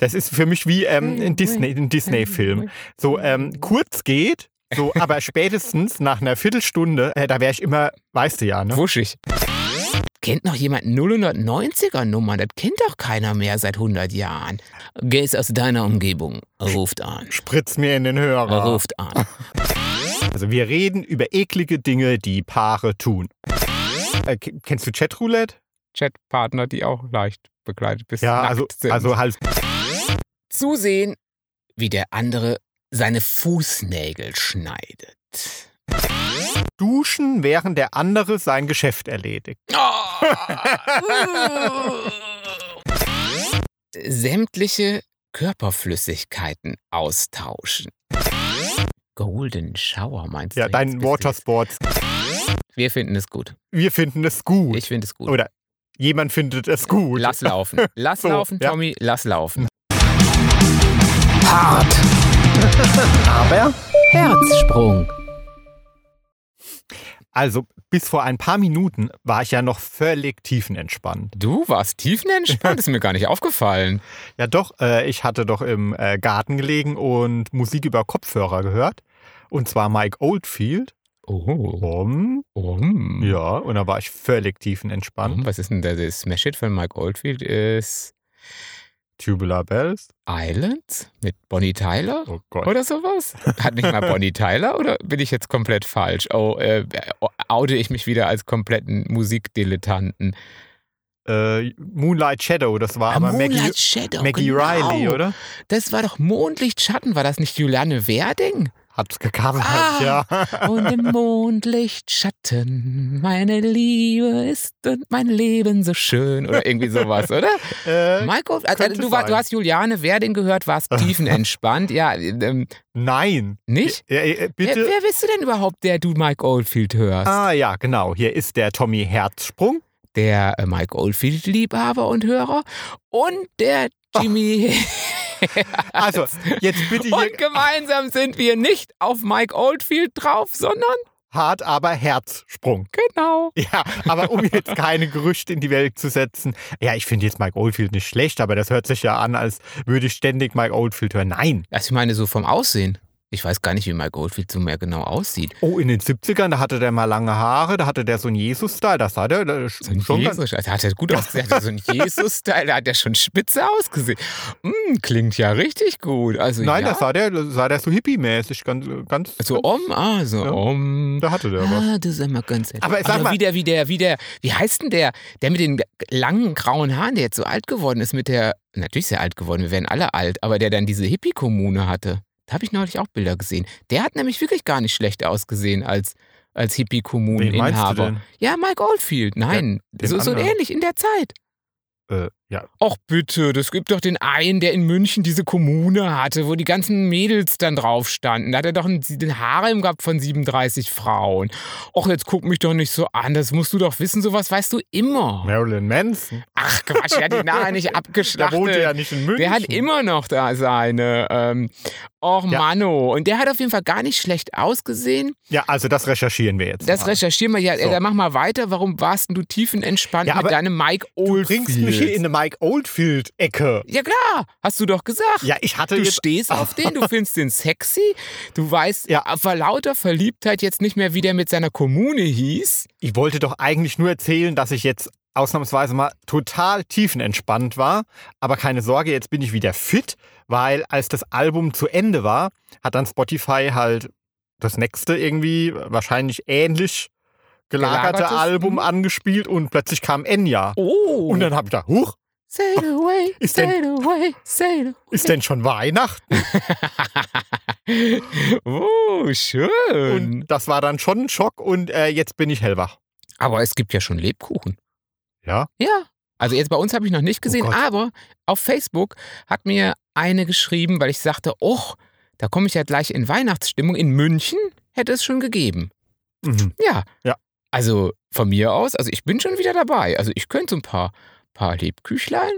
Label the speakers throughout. Speaker 1: Das ist für mich wie ähm, ein Disney, ein
Speaker 2: Hm,
Speaker 1: Disney-Film. So ähm, kurz geht, so, aber spätestens nach einer Viertelstunde, äh, da wäre ich immer, weißt du ja, ne?
Speaker 2: Wuschig. Kennt noch jemand 090er Nummern? Das kennt doch keiner mehr seit 100 Jahren. Wer ist aus deiner Umgebung? Ruft an.
Speaker 1: Spritz mir in den Hörer.
Speaker 2: Ruft an.
Speaker 1: Also wir reden über eklige Dinge, die Paare tun. Äh, k- kennst du Chatroulette?
Speaker 3: Chatpartner, die auch leicht begleitet bis
Speaker 1: Ja,
Speaker 3: nackt
Speaker 1: also,
Speaker 3: sind.
Speaker 1: also halt
Speaker 2: Zusehen, wie der andere seine Fußnägel schneidet.
Speaker 1: duschen, während der andere sein Geschäft erledigt.
Speaker 2: Ah! Sämtliche Körperflüssigkeiten austauschen. Golden Shower meinst
Speaker 1: Ja,
Speaker 2: du? jetzt
Speaker 1: dein
Speaker 2: bis
Speaker 1: Watersports.
Speaker 2: jetzt? Wir finden es gut.
Speaker 1: Wir finden es gut.
Speaker 2: Ich finde es gut.
Speaker 1: Oder Jemand findet es gut.
Speaker 2: Lass laufen. Lass
Speaker 1: So,
Speaker 2: laufen,
Speaker 1: ja.
Speaker 2: Tommy, lass laufen.
Speaker 4: Hart. Aber
Speaker 2: Herzsprung.
Speaker 1: Also, bis vor ein paar Minuten war ich ja noch völlig tiefenentspannt.
Speaker 2: Du warst tiefenentspannt, ist mir gar nicht aufgefallen.
Speaker 1: Ja, doch, äh, ich hatte doch im äh, Garten gelegen und Musik über Kopfhörer gehört. Und zwar Mike Oldfield.
Speaker 2: Oh,
Speaker 1: Um,
Speaker 2: um.
Speaker 1: ja, und da war ich völlig tiefenentspannt.
Speaker 2: Um, was ist denn der, der Smash-Hit von Mike Oldfield? Ist
Speaker 1: Tubular Bells.
Speaker 2: Island mit Bonnie Tyler?
Speaker 1: Oh Gott.
Speaker 2: Oder sowas? Hat nicht mal Bonnie Tyler oder bin ich jetzt komplett falsch? Oh, äh, oute ich mich wieder als kompletten Musikdilettanten.
Speaker 1: Äh, Moonlight Shadow, das war aber Maggie,
Speaker 2: Ah, Shadow, genau.
Speaker 1: Maggie Riley, oder?
Speaker 2: Das war doch Mondlichtschatten, war das nicht Juliane Werding?
Speaker 1: Hat's gecovert,
Speaker 2: Ah.
Speaker 1: ja.
Speaker 2: Und im Mondlichtschatten, meine Liebe ist und mein Leben so schön. Oder irgendwie sowas, oder?
Speaker 1: Äh,
Speaker 2: Michael, also,
Speaker 1: könnte
Speaker 2: du, war, du
Speaker 1: sein.
Speaker 2: hast Juliane Werding gehört, warst tiefenentspannt. ja, ähm,
Speaker 1: nein.
Speaker 2: nicht?
Speaker 1: Äh, äh,
Speaker 2: Wer,
Speaker 1: bitte.
Speaker 2: wer bist du denn überhaupt, der du Mike Oldfield hörst?
Speaker 1: Ah ja, genau. Hier ist der Tommy Herzsprung.
Speaker 2: Der äh, Mike Oldfield-Liebhaber und Hörer und der Jimmy.
Speaker 1: Also, jetzt bitte hier
Speaker 2: und gemeinsam sind wir nicht auf Mike Oldfield drauf, sondern
Speaker 1: hart, aber Herzsprung.
Speaker 2: genau.
Speaker 1: Ja, aber um jetzt keine Gerüchte in die Welt zu setzen. Ja, ich finde jetzt Mike Oldfield nicht schlecht, aber das hört sich ja an, als würde ich ständig Mike Oldfield hören. Nein.
Speaker 2: Also ich meine, so vom Aussehen. Ich weiß gar nicht, wie Mike Oldfield so mehr genau aussieht.
Speaker 1: Oh, in den 70ern, da hatte der mal lange Haare, da hatte der so einen Jesus-Style, das hat er da äh,
Speaker 2: So ein
Speaker 1: schon ganz-
Speaker 2: Jesus, also hat er gut ausgesehen. Hat er so ein Jesus-Style, da hat er schon spitze ausgesehen. Mm, klingt ja richtig gut. Also,
Speaker 1: Nein,
Speaker 2: ja.
Speaker 1: das sah der, das sah der so hippie-mäßig, ganz, ganz.
Speaker 2: So om, ah, so
Speaker 1: Ja.
Speaker 2: om.
Speaker 1: da hatte der was.
Speaker 2: Ah, das ist immer ganz nett.
Speaker 1: Aber sag
Speaker 2: Oder
Speaker 1: mal-
Speaker 2: wie der, wie der, wie der, wie heißt denn der, der mit den langen grauen Haaren, der jetzt so alt geworden ist, mit der, natürlich ist er alt geworden, wir werden alle alt, aber der dann diese Hippie-Kommune hatte. Da habe ich neulich auch Bilder gesehen. Der hat nämlich wirklich gar nicht schlecht ausgesehen als,
Speaker 1: Wen
Speaker 2: als
Speaker 1: meinst du
Speaker 2: Hippie-Kommuneninhaber.
Speaker 1: denn?
Speaker 2: Ja, Mike Oldfield, nein.
Speaker 1: den
Speaker 2: so, so
Speaker 1: anderen.
Speaker 2: ähnlich in der Zeit.
Speaker 1: Äh, ja.
Speaker 2: Och bitte, das gibt doch den einen, der in München diese Kommune hatte, wo die ganzen Mädels dann drauf standen. Da hat er doch einen, den Harem gehabt von 37 Frauen. Och, jetzt guck mich doch nicht so an, das musst du doch wissen, sowas weißt du immer.
Speaker 1: Marilyn Manson.
Speaker 2: Ach Quatsch, der hat die Nahe
Speaker 1: Der wohnte
Speaker 2: nicht
Speaker 1: ja
Speaker 2: abgeschlachtet.
Speaker 1: nicht in München.
Speaker 2: Der hat immer noch da seine. Ähm, och,
Speaker 1: Ja.
Speaker 2: Mano. Und der hat auf jeden Fall gar nicht schlecht ausgesehen.
Speaker 1: Ja, also das recherchieren wir jetzt.
Speaker 2: Das
Speaker 1: mal.
Speaker 2: recherchieren wir ja.
Speaker 1: So.
Speaker 2: Dann mach mal weiter. Warum warst denn du tiefenentspannt
Speaker 1: Ja,
Speaker 2: mit
Speaker 1: aber
Speaker 2: deinem Mike
Speaker 1: Du
Speaker 2: Oldfield?
Speaker 1: bringst mich hier in eine Mike Oldfield-Ecke.
Speaker 2: ja klar, hast du doch gesagt.
Speaker 1: Ja, ich hatte
Speaker 2: Du
Speaker 1: jetzt. Ah.
Speaker 2: stehst auf den, du findest den sexy, du weißt
Speaker 1: Ja.
Speaker 2: ja. vor lauter Verliebtheit jetzt nicht mehr, wie der mit seiner Kommune hieß.
Speaker 1: Ich wollte doch eigentlich nur erzählen, dass ich jetzt ausnahmsweise mal total tiefenentspannt war. Aber keine Sorge, jetzt bin ich wieder fit, weil als das Album zu Ende war, hat dann Spotify halt das nächste irgendwie wahrscheinlich ähnlich gelagerte
Speaker 2: Gelagertes,
Speaker 1: Album
Speaker 2: mhm.
Speaker 1: angespielt und plötzlich kam Enya.
Speaker 2: Oh.
Speaker 1: Und dann hab ich gedacht, huch,
Speaker 2: sail away,
Speaker 1: Ist denn-
Speaker 2: sail away, sail away.
Speaker 1: ist denn schon Weihnachten?
Speaker 2: oh, schön.
Speaker 1: Und das war dann schon ein Schock und äh, jetzt bin ich hellwach.
Speaker 2: aber es gibt ja schon Lebkuchen.
Speaker 1: Ja? Oh
Speaker 2: Ja. Also jetzt bei uns habe ich noch nicht gesehen,
Speaker 1: Gott.
Speaker 2: aber auf Facebook hat mir eine geschrieben, weil ich sagte, och, da komme ich ja gleich in Weihnachtsstimmung. In München hätte es schon gegeben.
Speaker 1: Mhm.
Speaker 2: Ja.
Speaker 1: Ja.
Speaker 2: Also von mir aus, also ich bin schon wieder dabei. Also ich könnte so ein paar, paar Lebküchlein,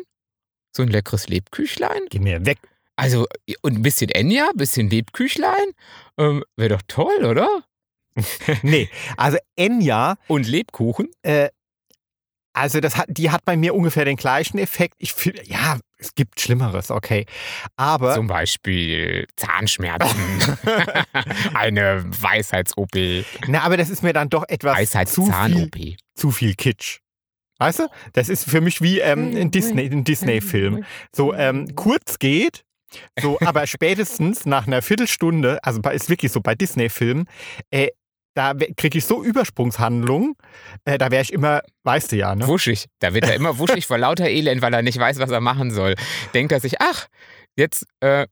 Speaker 2: so ein leckeres Lebküchlein.
Speaker 1: Geh mir weg.
Speaker 2: Also und ein bisschen Enya, ein bisschen Lebküchlein. Ähm, Wäre doch toll, oder?
Speaker 1: Nee, also Enya
Speaker 2: Und Lebkuchen.
Speaker 1: äh, Also das hat, die hat bei mir ungefähr den gleichen Effekt. Ich fühl, ja, es gibt Schlimmeres, okay. Aber
Speaker 2: Zum Beispiel Zahnschmerzen, eine Weisheits-OP,
Speaker 1: na, aber das ist mir dann doch etwas zu viel,
Speaker 2: Weisheitszahn-OP.
Speaker 1: zu viel Kitsch. Weißt du? Das ist für mich wie ähm, ein Disney, ein Disney-Film. So ähm, kurz geht, so, aber spätestens nach einer Viertelstunde, also bei, ist wirklich so bei Disney-Filmen, äh, da kriege ich so Übersprungshandlungen, äh, da wäre ich immer, weißt du ja, ne?
Speaker 2: Wuschig. Da wird er immer wuschig vor lauter Elend, weil er nicht weiß, was er machen soll. Denkt er sich, ach, jetzt äh,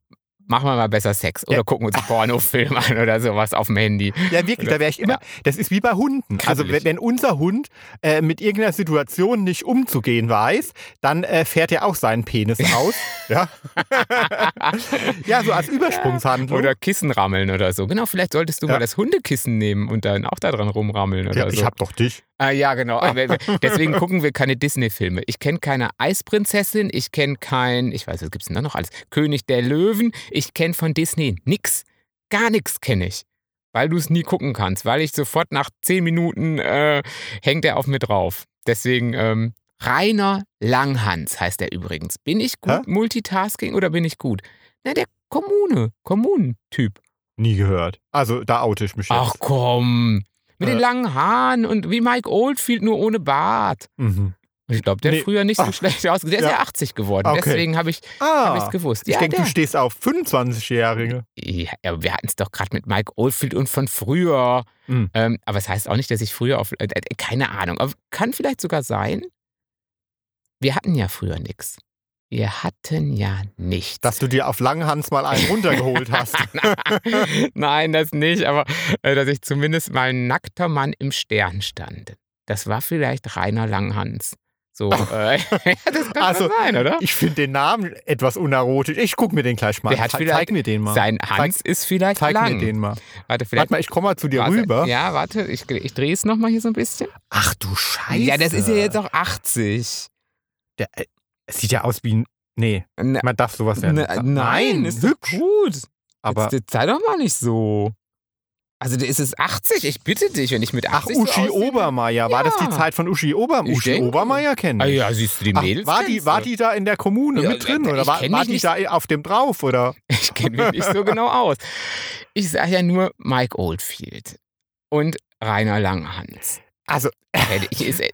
Speaker 2: machen wir mal besser Sex oder
Speaker 1: Ja.
Speaker 2: gucken uns einen Pornofilm an oder sowas auf dem Handy.
Speaker 1: Ja, wirklich, da wäre ich immer. Das ist wie bei Hunden. Also, wenn,
Speaker 2: Kribbelig.
Speaker 1: wenn unser Hund äh, mit irgendeiner Situation nicht umzugehen weiß, dann äh, fährt er auch seinen Penis aus. ja. ja, so als Übersprungshandlung.
Speaker 2: Oder Kissen rammeln oder so. Genau, vielleicht solltest du
Speaker 1: Ja.
Speaker 2: mal das Hundekissen nehmen und dann auch da dran rumrammeln oder
Speaker 1: ja,
Speaker 2: so.
Speaker 1: ich hab doch dich.
Speaker 2: Ah, ja, genau. Aber Deswegen gucken wir keine Disney-Filme. Ich kenne keine Eisprinzessin, ich kenne kein, ich weiß, was gibt es denn da noch alles? König der Löwen. Ich kenne von Disney nix. Gar nichts kenne ich. Weil du es nie gucken kannst, weil ich sofort nach zehn Minuten äh, hängt er auf mir drauf. Deswegen, ähm, Rainer Langhans heißt er übrigens. Bin ich gut
Speaker 1: Hä?
Speaker 2: Multitasking oder bin ich gut? Na, der Kommune, Kommunentyp.
Speaker 1: Nie gehört. Also, da oute ich mich jetzt.
Speaker 2: Ach komm. Mit den
Speaker 1: Äh.
Speaker 2: langen Haaren und wie Mike Oldfield, nur ohne Bart.
Speaker 1: Mhm.
Speaker 2: Und ich glaube, der
Speaker 1: Nee.
Speaker 2: hat früher nicht so
Speaker 1: Ah.
Speaker 2: schlecht ausgesehen. Der ist
Speaker 1: Ja.
Speaker 2: ja 80 geworden.
Speaker 1: Okay.
Speaker 2: Deswegen habe ich es
Speaker 1: Ah,
Speaker 2: gewusst.
Speaker 1: ich
Speaker 2: ja,
Speaker 1: denke,
Speaker 2: der.
Speaker 1: du stehst auf 25-Jährige.
Speaker 2: ja, aber wir hatten es doch gerade mit Mike Oldfield und von früher.
Speaker 1: Mhm.
Speaker 2: Ähm, aber es heißt auch nicht, dass ich früher auf. Äh, äh, keine Ahnung. Aber kann vielleicht sogar sein, wir hatten ja früher nichts. Wir hatten ja nichts.
Speaker 1: Dass du dir auf Langhans mal einen runtergeholt hast.
Speaker 2: Nein, das nicht, aber äh, dass ich zumindest mal ein nackter Mann im Stern stand. Das war vielleicht Rainer Langhans. So, äh, ja, das kann
Speaker 1: Also,
Speaker 2: schon sein, oder?
Speaker 1: Ich finde den Namen etwas unerotisch. Ich guck mir den gleich mal
Speaker 2: Der
Speaker 1: an.
Speaker 2: hat
Speaker 1: Ze-
Speaker 2: vielleicht
Speaker 1: Zeig mir den mal.
Speaker 2: Sein Hans ist vielleicht
Speaker 1: Zeig
Speaker 2: lang.
Speaker 1: mir den mal.
Speaker 2: Warte, vielleicht
Speaker 1: Warte mal, ich komme mal zu dir
Speaker 2: warte,
Speaker 1: rüber.
Speaker 2: Ja, warte, ich, ich drehe es nochmal hier so ein bisschen.
Speaker 1: Ach du Scheiße.
Speaker 2: Ja, das ist ja jetzt auch 80.
Speaker 1: Der, äh, sieht ja aus wie ein. Nee,
Speaker 2: Na,
Speaker 1: man darf sowas ja
Speaker 2: na,
Speaker 1: nicht sagen.
Speaker 2: Ne, nein, ist doch
Speaker 1: hübsch.
Speaker 2: gut.
Speaker 1: Aber
Speaker 2: jetzt, jetzt sei doch mal nicht so. Also, da ist es 80, ich bitte dich, wenn ich mit
Speaker 1: ach,
Speaker 2: 80
Speaker 1: Uschi
Speaker 2: so aussehe.
Speaker 1: Obermeier, war das die
Speaker 2: Ja.
Speaker 1: Zeit von Uschi Obermeier?
Speaker 2: Ich
Speaker 1: Uschi
Speaker 2: denke.
Speaker 1: Obermeier kennen.
Speaker 2: Ah ja, siehst du die
Speaker 1: Ach,
Speaker 2: Mädels?
Speaker 1: war, die,
Speaker 2: kennst
Speaker 1: war
Speaker 2: du.
Speaker 1: die da in der Kommune
Speaker 2: Ja,
Speaker 1: mit drin?
Speaker 2: ich
Speaker 1: Oder war,
Speaker 2: kenn
Speaker 1: war
Speaker 2: mich
Speaker 1: die
Speaker 2: nicht.
Speaker 1: da auf dem drauf? Oder?
Speaker 2: Ich kenne mich nicht so genau aus. Ich sage ja nur Mike Oldfield und Rainer Langhans.
Speaker 1: Also,
Speaker 2: Hätte ich- ist- äh,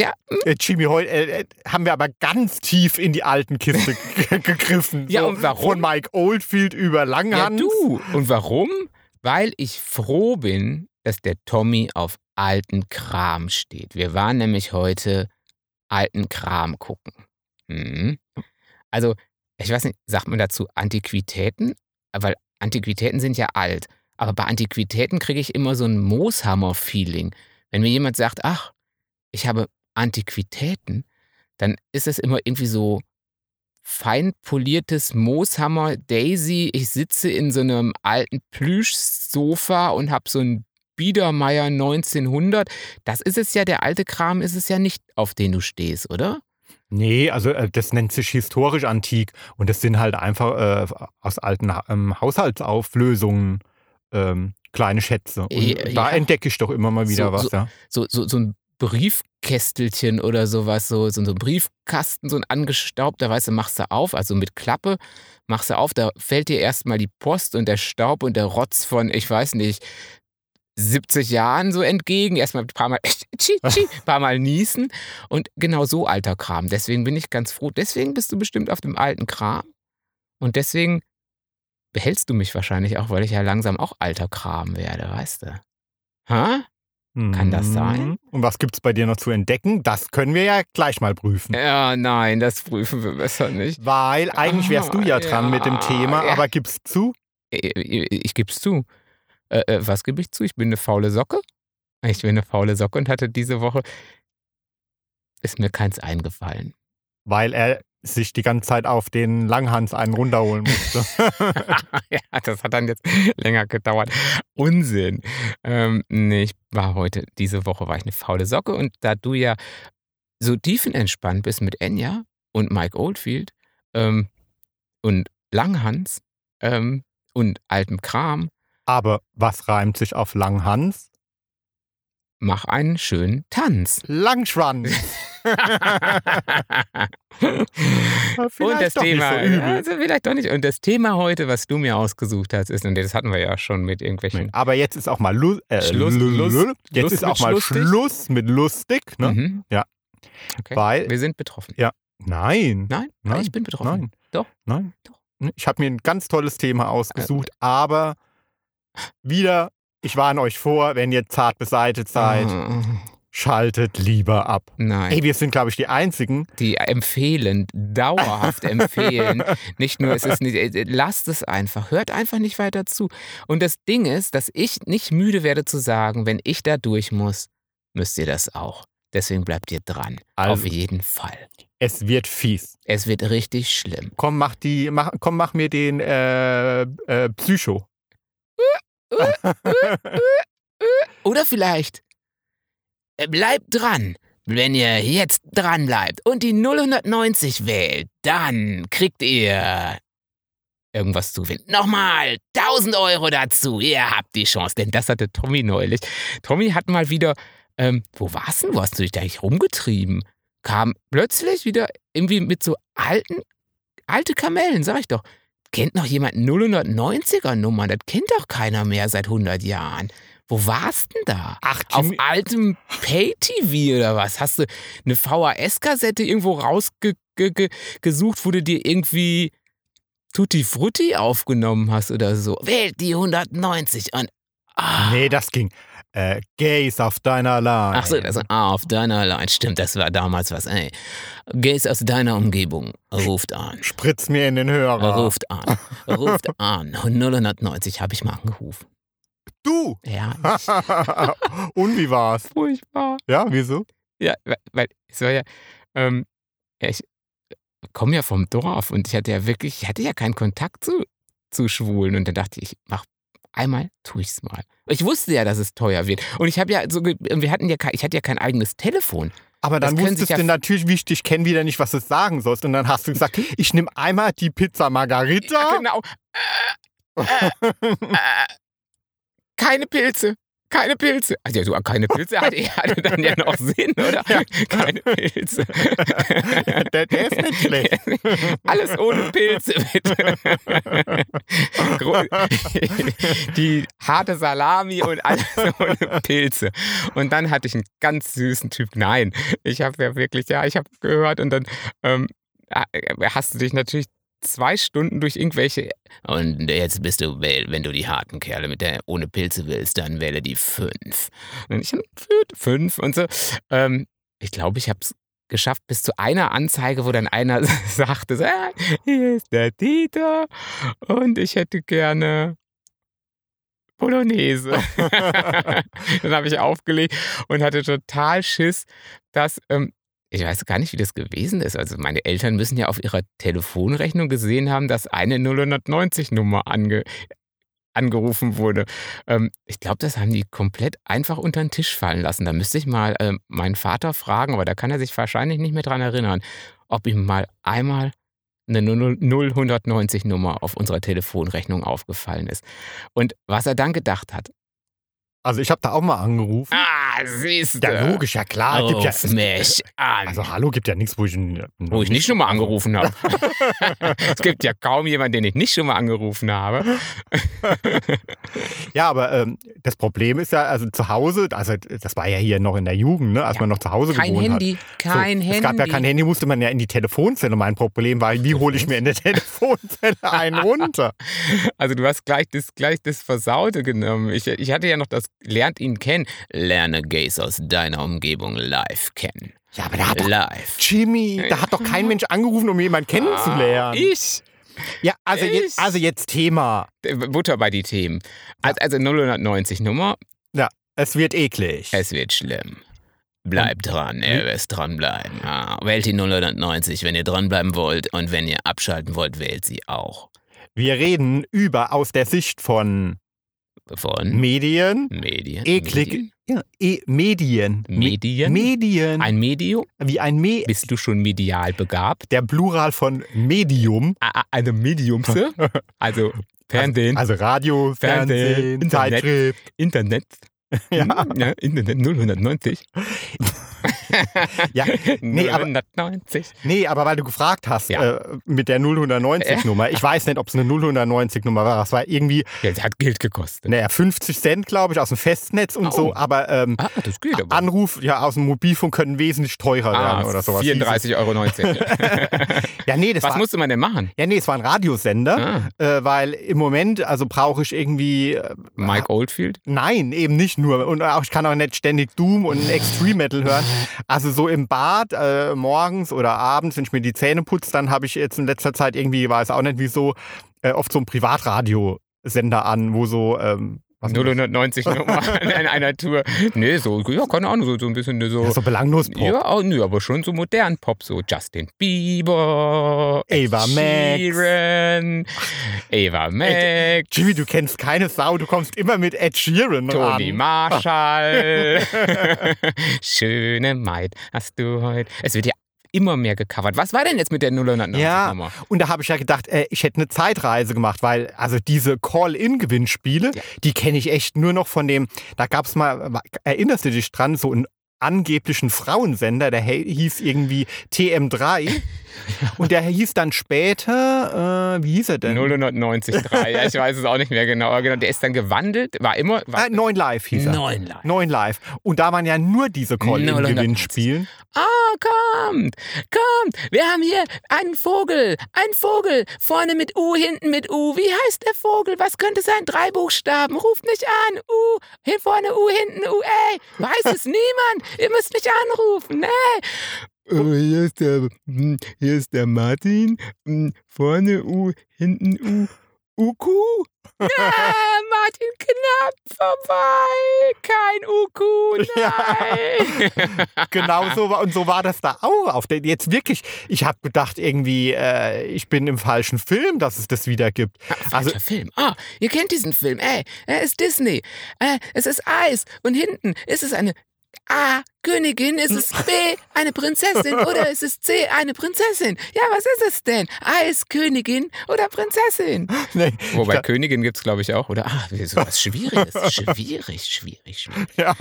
Speaker 2: Ja,
Speaker 1: äh, Jimmy, heute äh, äh, haben wir aber ganz tief in die alten Kiste ge- gegriffen.
Speaker 2: Ja,
Speaker 1: so,
Speaker 2: und warum?
Speaker 1: Von Mike Oldfield über
Speaker 2: ja,
Speaker 1: Langhans.
Speaker 2: du. Und warum? Weil ich froh bin, dass der Tommy auf alten Kram steht. Wir waren nämlich heute alten Kram gucken. Mhm. Also, ich weiß nicht, sagt man dazu Antiquitäten? Weil Antiquitäten sind ja alt. Aber bei Antiquitäten kriege ich immer so ein Mooshammer-Feeling. Wenn mir jemand sagt, ach, ich habe Antiquitäten, dann ist es immer irgendwie so fein poliertes Mooshammer Daisy. Ich sitze in so einem alten Plüschsofa und habe so ein Biedermeier 1900. Das ist es ja, der alte Kram ist es ja nicht, auf den du stehst, oder?
Speaker 1: Nee, also äh, das nennt sich historisch antik und das sind halt einfach äh, aus alten Ha- ähm, Haushaltsauflösungen ähm, kleine Schätze. Und
Speaker 2: Ja,
Speaker 1: da
Speaker 2: ja.
Speaker 1: entdecke ich doch immer mal wieder
Speaker 2: So-
Speaker 1: was.
Speaker 2: so-
Speaker 1: ja.
Speaker 2: so, so, so ein Briefkästelchen oder sowas, so, so, so ein Briefkasten, so ein angestaubter, weißt du, machst du auf, also mit Klappe, machst du auf, da fällt dir erstmal die Post und der Staub und der Rotz von, ich weiß nicht, 70 Jahren so entgegen, erstmal ein paar Mal, tschi, tschi, ein paar Mal niesen und genau so alter Kram. Deswegen bin ich ganz froh. Deswegen bist du bestimmt auf dem alten Kram und deswegen behältst du mich wahrscheinlich auch, weil ich ja langsam auch alter Kram werde, weißt du? Ha? Kann das sein?
Speaker 1: Mhm. Und was gibt es bei dir noch zu entdecken? Das können wir ja gleich mal prüfen.
Speaker 2: Ja, nein, das prüfen wir besser nicht.
Speaker 1: Weil eigentlich wärst du ja
Speaker 2: Äh, Ah,
Speaker 1: dran mit dem
Speaker 2: ja,
Speaker 1: Thema,
Speaker 2: ja.
Speaker 1: aber gibst zu.
Speaker 2: Ich, ich, ich geb's zu. Äh, äh, was gebe ich zu? Ich bin eine faule Socke. Ich bin eine faule Socke und hatte diese Woche. Ist mir keins eingefallen.
Speaker 1: Weil er sich die ganze Zeit auf den Langhans einen runterholen musste.
Speaker 2: ja, das hat dann jetzt länger gedauert. Unsinn. Ähm, nee, ich war heute, diese Woche war ich eine faule Socke und da du ja so tiefenentspannt bist mit Enya und Mike Oldfield ähm, und Langhans ähm, und altem Kram,
Speaker 1: aber was reimt sich auf Langhans?
Speaker 2: mach einen schönen Tanz.
Speaker 1: Langschwanz.
Speaker 2: und das
Speaker 1: doch nicht
Speaker 2: Thema,
Speaker 1: so übel.
Speaker 2: also vielleicht doch nicht. Und das Thema heute, was du mir ausgesucht hast, ist, und das hatten wir ja schon mit irgendwelchen.
Speaker 1: Aber jetzt ist auch mal Lu äh,
Speaker 2: Schluss-
Speaker 1: Lu-
Speaker 2: Lust-
Speaker 1: Lu- jetzt
Speaker 2: Lust
Speaker 1: ist auch
Speaker 2: mit
Speaker 1: mal
Speaker 2: schlustig?
Speaker 1: Schluss mit lustig, ne?
Speaker 2: Mhm.
Speaker 1: Ja.
Speaker 2: Okay.
Speaker 1: Weil
Speaker 2: Wir sind betroffen.
Speaker 1: nein,
Speaker 2: Nein, Ah,
Speaker 1: Nein,
Speaker 2: ich bin betroffen.
Speaker 1: nein,
Speaker 2: Doch.
Speaker 1: nein. Hm,
Speaker 2: Doch. Äh.
Speaker 1: Ich habe mir ein ganz tolles Thema ausgesucht, aber wieder, ich warne euch vor, wenn ihr zart beseitet seid,
Speaker 2: Ah,
Speaker 1: schaltet lieber ab.
Speaker 2: nein.
Speaker 1: Ey, wir sind glaube ich die einzigen.
Speaker 2: die empfehlen, dauerhaft empfehlen. Nicht nur, es ist nicht, äh, lasst es einfach, hört einfach nicht weiter zu. Und das Ding ist, dass ich nicht müde werde zu sagen, wenn ich da durch muss, müsst ihr das auch. Deswegen bleibt ihr dran.
Speaker 1: Also-
Speaker 2: Auf jeden Fall.
Speaker 1: Es wird fies.
Speaker 2: Es wird richtig schlimm.
Speaker 1: Komm, mach die, mach, komm, mach mir den äh, äh, Psycho.
Speaker 2: Oder vielleicht äh, bleibt dran. Wenn ihr jetzt dran bleibt und die 090 wählt, dann kriegt ihr irgendwas zu gewinnen. Nochmal 1000 Euro dazu. Ihr habt die Chance, denn das hatte Tommy neulich. Tommy hat mal wieder, ähm, wo warst denn? Wo hast du dich da eigentlich rumgetrieben? Kam plötzlich wieder irgendwie mit so alten, alte Kamellen, sag ich doch. Kennt noch jemand 090er Nummern? Das kennt doch keiner mehr seit 100 Jahren. Wo warst denn da?
Speaker 1: Ach,
Speaker 2: Auf
Speaker 1: Jimmy,
Speaker 2: altem Pay-TV oder was? Hast du eine VHS-Kassette irgendwo rausgesucht, wo du dir irgendwie Tutti Frutti aufgenommen hast oder so? Wählt die 190 und. Ah,
Speaker 1: nee, das ging. Äh, Gays auf deiner Line.
Speaker 2: Ach so, das ah, auf deiner Line. Stimmt, das war damals was, ey. Gays aus deiner Umgebung, ruft an.
Speaker 1: Spritz mir in den Hörer.
Speaker 2: Ruft an. Ruft an. 090 habe ich mal angerufen.
Speaker 1: Du!
Speaker 2: Ja,
Speaker 1: Und wie war's?
Speaker 3: Furchtbar.
Speaker 1: Ja, wieso?
Speaker 3: Ja, weil- weil es war ja, ähm,
Speaker 2: Ja, ich äh, komme ja vom Dorf und ich hatte ja wirklich, ich hatte ja keinen Kontakt zu, zu Schwulen. Und dann dachte ich, ich mach einmal, tu ich's mal. Ich wusste ja, dass es teuer wird. Und ich habe ja so, ge- und wir hatten ja, kein- ich hatte ja kein eigenes Telefon.
Speaker 1: Aber dann
Speaker 2: Das können
Speaker 1: wusstest
Speaker 2: sich ja-
Speaker 1: du natürlich, wie ich dich kenne, wieder nicht, was du sagen sollst. Und dann hast du gesagt, ich nehme einmal die Pizza
Speaker 2: Ja,
Speaker 1: Margarita.
Speaker 2: genau. Äh, keine Pilze. Keine Pilze. Also ja, du, keine Pilze hatte, hatte dann ja noch Sinn, oder?
Speaker 1: Ja.
Speaker 2: Keine Pilze.
Speaker 1: Ja, der, der ist nicht schlecht.
Speaker 2: genau. Alles ohne Pilze, bitte. Gro- Die harte Salami und alles ohne Pilze. Und dann hatte ich einen ganz süßen Typ. Nein, ich habe ja wirklich, ja, ich habe gehört und dann ähm, hast du dich natürlich zwei Stunden durch irgendwelche. Und jetzt bist du, wähl- wenn du die harten Kerle mit der ohne Pilze willst, dann wähle die fünf. Und ich fünf, fünf und so. Ähm, ich glaube, ich habe es geschafft bis zu einer Anzeige, wo dann einer sagte, so, "Ah, hier ist der Dieter und ich hätte gerne Bolognese. dann habe ich aufgelegt und hatte total Schiss, dass ähm, ich weiß gar nicht, wie das gewesen ist. Also meine Eltern müssen ja auf ihrer Telefonrechnung gesehen haben, dass eine 090-Nummer ange angerufen wurde. Ähm, ich glaube, das haben die komplett einfach unter den Tisch fallen lassen. Da müsste ich mal ähm, meinen Vater fragen, aber da kann er sich wahrscheinlich nicht mehr dran erinnern, ob ihm mal einmal eine 090-Nummer auf unserer Telefonrechnung aufgefallen ist. Und was er dann gedacht hat.
Speaker 1: Also ich habe da auch mal angerufen.
Speaker 2: Ah, Oh, siehst du.
Speaker 1: Ja, logisch, ja klar. gibt ja,
Speaker 2: Ruf mich an.
Speaker 1: also hallo gibt ja nichts, wo ich...
Speaker 2: Ah, wo ich nicht schon mal angerufen habe. es gibt ja kaum jemanden, den ich nicht schon mal angerufen habe.
Speaker 1: Ja, aber ähm, das Problem ist ja, also zu Hause, also das war ja hier noch in der Jugend, ne, als
Speaker 2: Ja.
Speaker 1: man noch zu Hause
Speaker 2: Kein
Speaker 1: gewohnt hat.
Speaker 2: Handy, kein
Speaker 1: so,
Speaker 2: Handy.
Speaker 1: Es gab ja kein Handy, musste man ja in die Telefonzelle. Mein Problem war, wie hole ich mir in der Telefonzelle einen runter?
Speaker 2: Also du hast gleich das, gleich das Versaute genommen. Ich, ich hatte ja noch das Lernt ihn kennen. Lerne Gays aus deiner Umgebung live kennen.
Speaker 1: Ja, aber da hat doch
Speaker 2: Live.
Speaker 1: Äh. Jimmy, da hat doch kein Mensch angerufen, um jemanden
Speaker 2: Ah,
Speaker 1: kennenzulernen.
Speaker 2: Ich.
Speaker 1: Ja, also, jetzt,
Speaker 2: ich-
Speaker 1: also jetzt Thema.
Speaker 2: Butter bei die Themen. Also, also 090 Nummer.
Speaker 1: Es wird eklig.
Speaker 2: Es wird schlimm. Bleibt dran, ihr wisst dranbleiben. Ah, wählt die 090, wenn ihr dranbleiben wollt. Und wenn ihr abschalten wollt, wählt sie auch.
Speaker 1: Wir reden über aus der Sicht von
Speaker 2: Von
Speaker 1: Medien.
Speaker 2: Medien.
Speaker 1: Eklig. Ja, e Medien. Me-
Speaker 2: Medien. Medien.
Speaker 1: Medien.
Speaker 2: Ein Medium.
Speaker 1: Wie ein Me.
Speaker 2: Bist du schon medial begabt?
Speaker 1: Der Plural von Medium.
Speaker 2: a- a- eine Mediumse, also Fernsehen,
Speaker 1: Also Radio,
Speaker 2: Fernsehen,
Speaker 1: Fernsehen,
Speaker 2: Internet.
Speaker 1: Zeitschrift.
Speaker 2: Internet,
Speaker 1: Ja.
Speaker 2: ja Internet 090.
Speaker 1: Ja, nee, aber-
Speaker 2: 090.
Speaker 1: Nee, aber weil du gefragt hast
Speaker 2: Ja.
Speaker 1: äh, mit der 090-Nummer. Ich weiß nicht, ob es eine 090-Nummer war. Es war irgendwie,
Speaker 2: Ja, das hat Geld gekostet.
Speaker 1: naja, 50 Cent, glaube ich, aus dem Festnetz und
Speaker 2: Oh.
Speaker 1: so. Aber ähm,
Speaker 2: Ah, das geht aber.
Speaker 1: Anruf ja, aus dem Mobilfunk können wesentlich teurer
Speaker 2: ah,
Speaker 1: werden oder sowas.
Speaker 2: 34,19 Euro.
Speaker 1: Hieß es. Ja, nee, das
Speaker 2: Was
Speaker 1: war,
Speaker 2: musste man denn machen?
Speaker 1: ja, nee, es war ein Radiosender.
Speaker 2: Ah,
Speaker 1: Äh, weil im Moment, also brauche ich irgendwie, äh,
Speaker 2: Mike Oldfield?
Speaker 1: nein, eben nicht nur. Und auch, ich kann auch nicht ständig Doom und Extreme Metal hören. Also so im Bad, äh, morgens oder abends, wenn ich mir die Zähne putze, dann habe ich jetzt in letzter Zeit irgendwie, weiß auch nicht wieso, äh, oft so einen Privatradiosender an, wo so, ähm, was
Speaker 2: 090 Nummer in einer Tour. Nee, so, ja, keine Ahnung, so, so ein bisschen so.
Speaker 1: ja, so belanglos Pop.
Speaker 2: Ja, oh, nö, aber schon so modern Pop, so Justin Bieber, Ed
Speaker 1: Ava Max.
Speaker 2: Sheeran, Ava Max,
Speaker 1: Jimmy, du kennst keine Sau, du kommst immer mit Ed Sheeran
Speaker 2: Toni
Speaker 1: an.
Speaker 2: Marshall. Schöne Maid, hast du heute. Es wird ja immer mehr gecovert. Was war denn jetzt mit der 090
Speaker 1: Ja.
Speaker 2: Nummer?
Speaker 1: Und da habe ich ja gedacht, äh, ich hätte eine Zeitreise gemacht, weil also diese Call-In-Gewinnspiele,
Speaker 2: Ja.
Speaker 1: die kenne ich echt nur noch von dem, da gab es mal, erinnerst du dich dran, so einen angeblichen Frauensender, der he- hieß irgendwie TM3 und der hieß dann später, äh, wie hieß er denn?
Speaker 2: 090 3, ja, ich weiß es auch nicht mehr genau. Aber genau, der ist dann gewandelt, war immer. War,
Speaker 1: äh, 9 Live hieß er.
Speaker 2: Ah, Neun Live.
Speaker 1: Neun Live. Und da waren ja nur diese Call-In-Gewinnspielen.
Speaker 2: Ah, kommt, kommt. Wir haben hier einen Vogel. Ein Vogel. Vorne mit U, hinten mit U. Wie heißt der Vogel? Was könnte sein? Drei Buchstaben. Ruft mich an. U. Hier vorne U, hinten U. Ey, weiß es niemand. Ihr müsst mich anrufen. ne? Nee. Äh, hier, ist der, hm, hier ist der Martin. Hm, Vorne U, hinten U. Uku? Nee, Martin, knapp vorbei. Kein Uku, nein.
Speaker 1: Genau so war, und so war das da auch auf der, jetzt wirklich, ich habe gedacht irgendwie, äh, ich bin im falschen Film, dass es das wieder gibt. Also
Speaker 2: Also Film. Ah, ihr kennt diesen Film. Ey, er ist Disney. Äh, es ist Eis und hinten ist es eine A Königin, ist es B eine Prinzessin oder ist es C eine Prinzessin? Ja, was ist es denn? Eis Königin oder Prinzessin?
Speaker 1: Nee,
Speaker 2: Wobei
Speaker 1: da-
Speaker 2: Königin gibt's glaube ich auch, oder? Ah, sowas schwieriges, schwierig, schwierig, schwierig.
Speaker 1: ja.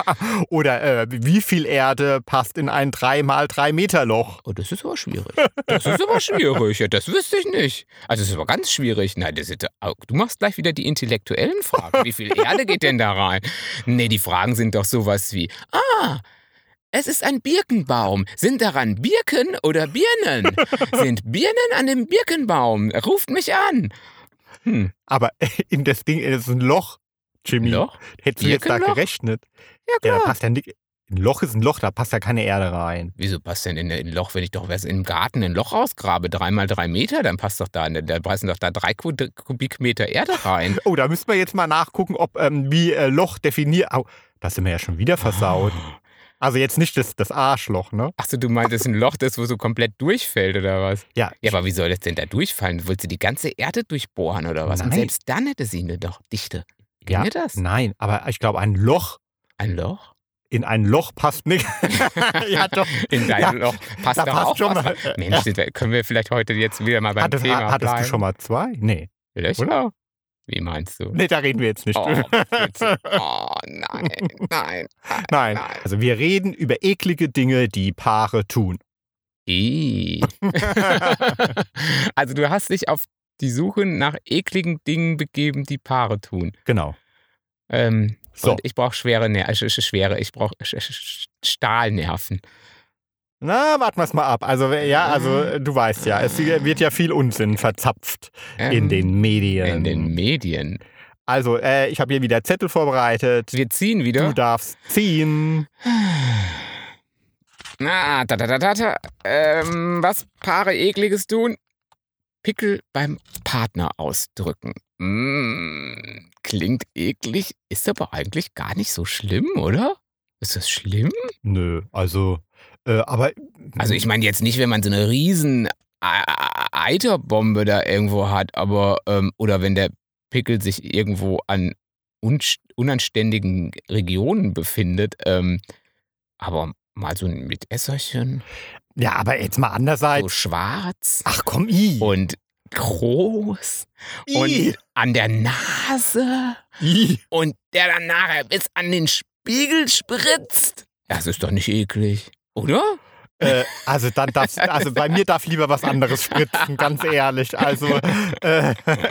Speaker 1: Oder äh, wie viel Erde passt in ein 3x3 Meter Loch?
Speaker 2: Oh, das ist aber schwierig. Das ist aber schwierig. Ja, das wüsste ich nicht. Also, das ist aber ganz schwierig. Nein, das ist, au, du machst gleich wieder die intellektuellen Fragen. Wie viel Erde geht denn da rein? Nee, die Fragen sind doch sowas wie: Ah, es ist ein Birkenbaum. Sind daran Birken oder Birnen? Sind Birnen an dem Birkenbaum? Ruft mich an. Hm,
Speaker 1: Aber in das Ding, das ist ein Loch, Jimmy.
Speaker 2: Loch?
Speaker 1: Hättest du jetzt da
Speaker 2: Birkenloch?
Speaker 1: gerechnet?
Speaker 2: Ja,
Speaker 1: Ja,
Speaker 2: klar.
Speaker 1: da passt ja nicht. Ein Loch ist ein Loch, da passt ja keine Erde rein.
Speaker 2: Wieso passt denn in ein Loch, wenn ich doch was im Garten ein Loch ausgrabe, dreimal drei Meter, dann passt doch da, da passen doch da drei Kud- Kubikmeter Erde rein.
Speaker 1: Oh, da müssen wir jetzt mal nachgucken, ob ähm, wie äh, Loch definiert. Au, da sind wir ja schon wieder versaut.
Speaker 2: Ah.
Speaker 1: Also jetzt nicht das, das Arschloch, ne?
Speaker 2: Achso, du meintest ein Loch, das wo so komplett durchfällt oder was?
Speaker 1: Ja,
Speaker 2: Ja, aber wie soll das denn da durchfallen? Willst du die ganze Erde durchbohren oder was? Und
Speaker 1: Nein.
Speaker 2: selbst dann hätte sie eine doch Dichte.
Speaker 1: Ja.
Speaker 2: Ginge das?
Speaker 1: Nein, aber ich glaube, ein Loch,
Speaker 2: Ein Loch?
Speaker 1: in ein Loch passt nicht. ja, doch.
Speaker 2: In dein
Speaker 1: Ja,
Speaker 2: Loch passt
Speaker 1: da
Speaker 2: doch
Speaker 1: passt
Speaker 2: auch
Speaker 1: schon
Speaker 2: was
Speaker 1: mal.
Speaker 2: rein. Mensch, das können wir vielleicht heute jetzt wieder mal beim
Speaker 1: Hattest,
Speaker 2: Thema
Speaker 1: hattest
Speaker 2: bleiben?
Speaker 1: du schon mal zwei? Nee.
Speaker 2: Löcher? Wie meinst du?
Speaker 1: Nee, da reden wir jetzt nicht.
Speaker 2: Oh, Blödsinn. oh nein, nein.
Speaker 1: Nein.
Speaker 2: nein.
Speaker 1: Also wir reden über eklige Dinge, die Paare tun.
Speaker 2: Ih. also du hast dich auf die Suche nach ekligen Dingen begeben, die Paare tun.
Speaker 1: Genau.
Speaker 2: Ähm,
Speaker 1: So.
Speaker 2: Und ich brauche schwere Nerven. Schwere, ich brauche Stahlnerven.
Speaker 1: Na, warten wir es mal ab. Also ja, also
Speaker 2: Mhm.
Speaker 1: äh, du weißt ja, es wird ja viel Unsinn verzapft
Speaker 2: Ähm,
Speaker 1: in den Medien.
Speaker 2: in den Medien.
Speaker 1: also äh, ich habe hier wieder Zettel vorbereitet.
Speaker 2: Wir ziehen
Speaker 1: Du
Speaker 2: wieder.
Speaker 1: darfst ziehen.
Speaker 2: Na, Ah, da, da, da, da, da. Ähm, was Paare ekliges tun? Pickel beim Partner ausdrücken. Mm, klingt eklig, ist aber eigentlich gar nicht so schlimm, oder? Ist das schlimm?
Speaker 1: Nö, also äh, aber
Speaker 2: Also ich meine jetzt nicht, wenn man so eine riesen A- A- Eiterbombe da irgendwo hat, aber ähm, oder wenn der Pickel sich irgendwo an unst- unanständigen Regionen befindet, ähm, aber mal so ein Mitesserchen,
Speaker 1: ja, aber jetzt mal
Speaker 2: so
Speaker 1: andererseits.
Speaker 2: schwarz
Speaker 1: Ach komm, i.
Speaker 2: und groß
Speaker 1: I.
Speaker 2: und an der Nase
Speaker 1: I.
Speaker 2: und der dann nachher bis an den Spiegel spritzt. Das ist doch nicht eklig, oder?
Speaker 1: Äh, also dann darf also bei mir darf lieber was anderes spritzen, ganz ehrlich. Also äh,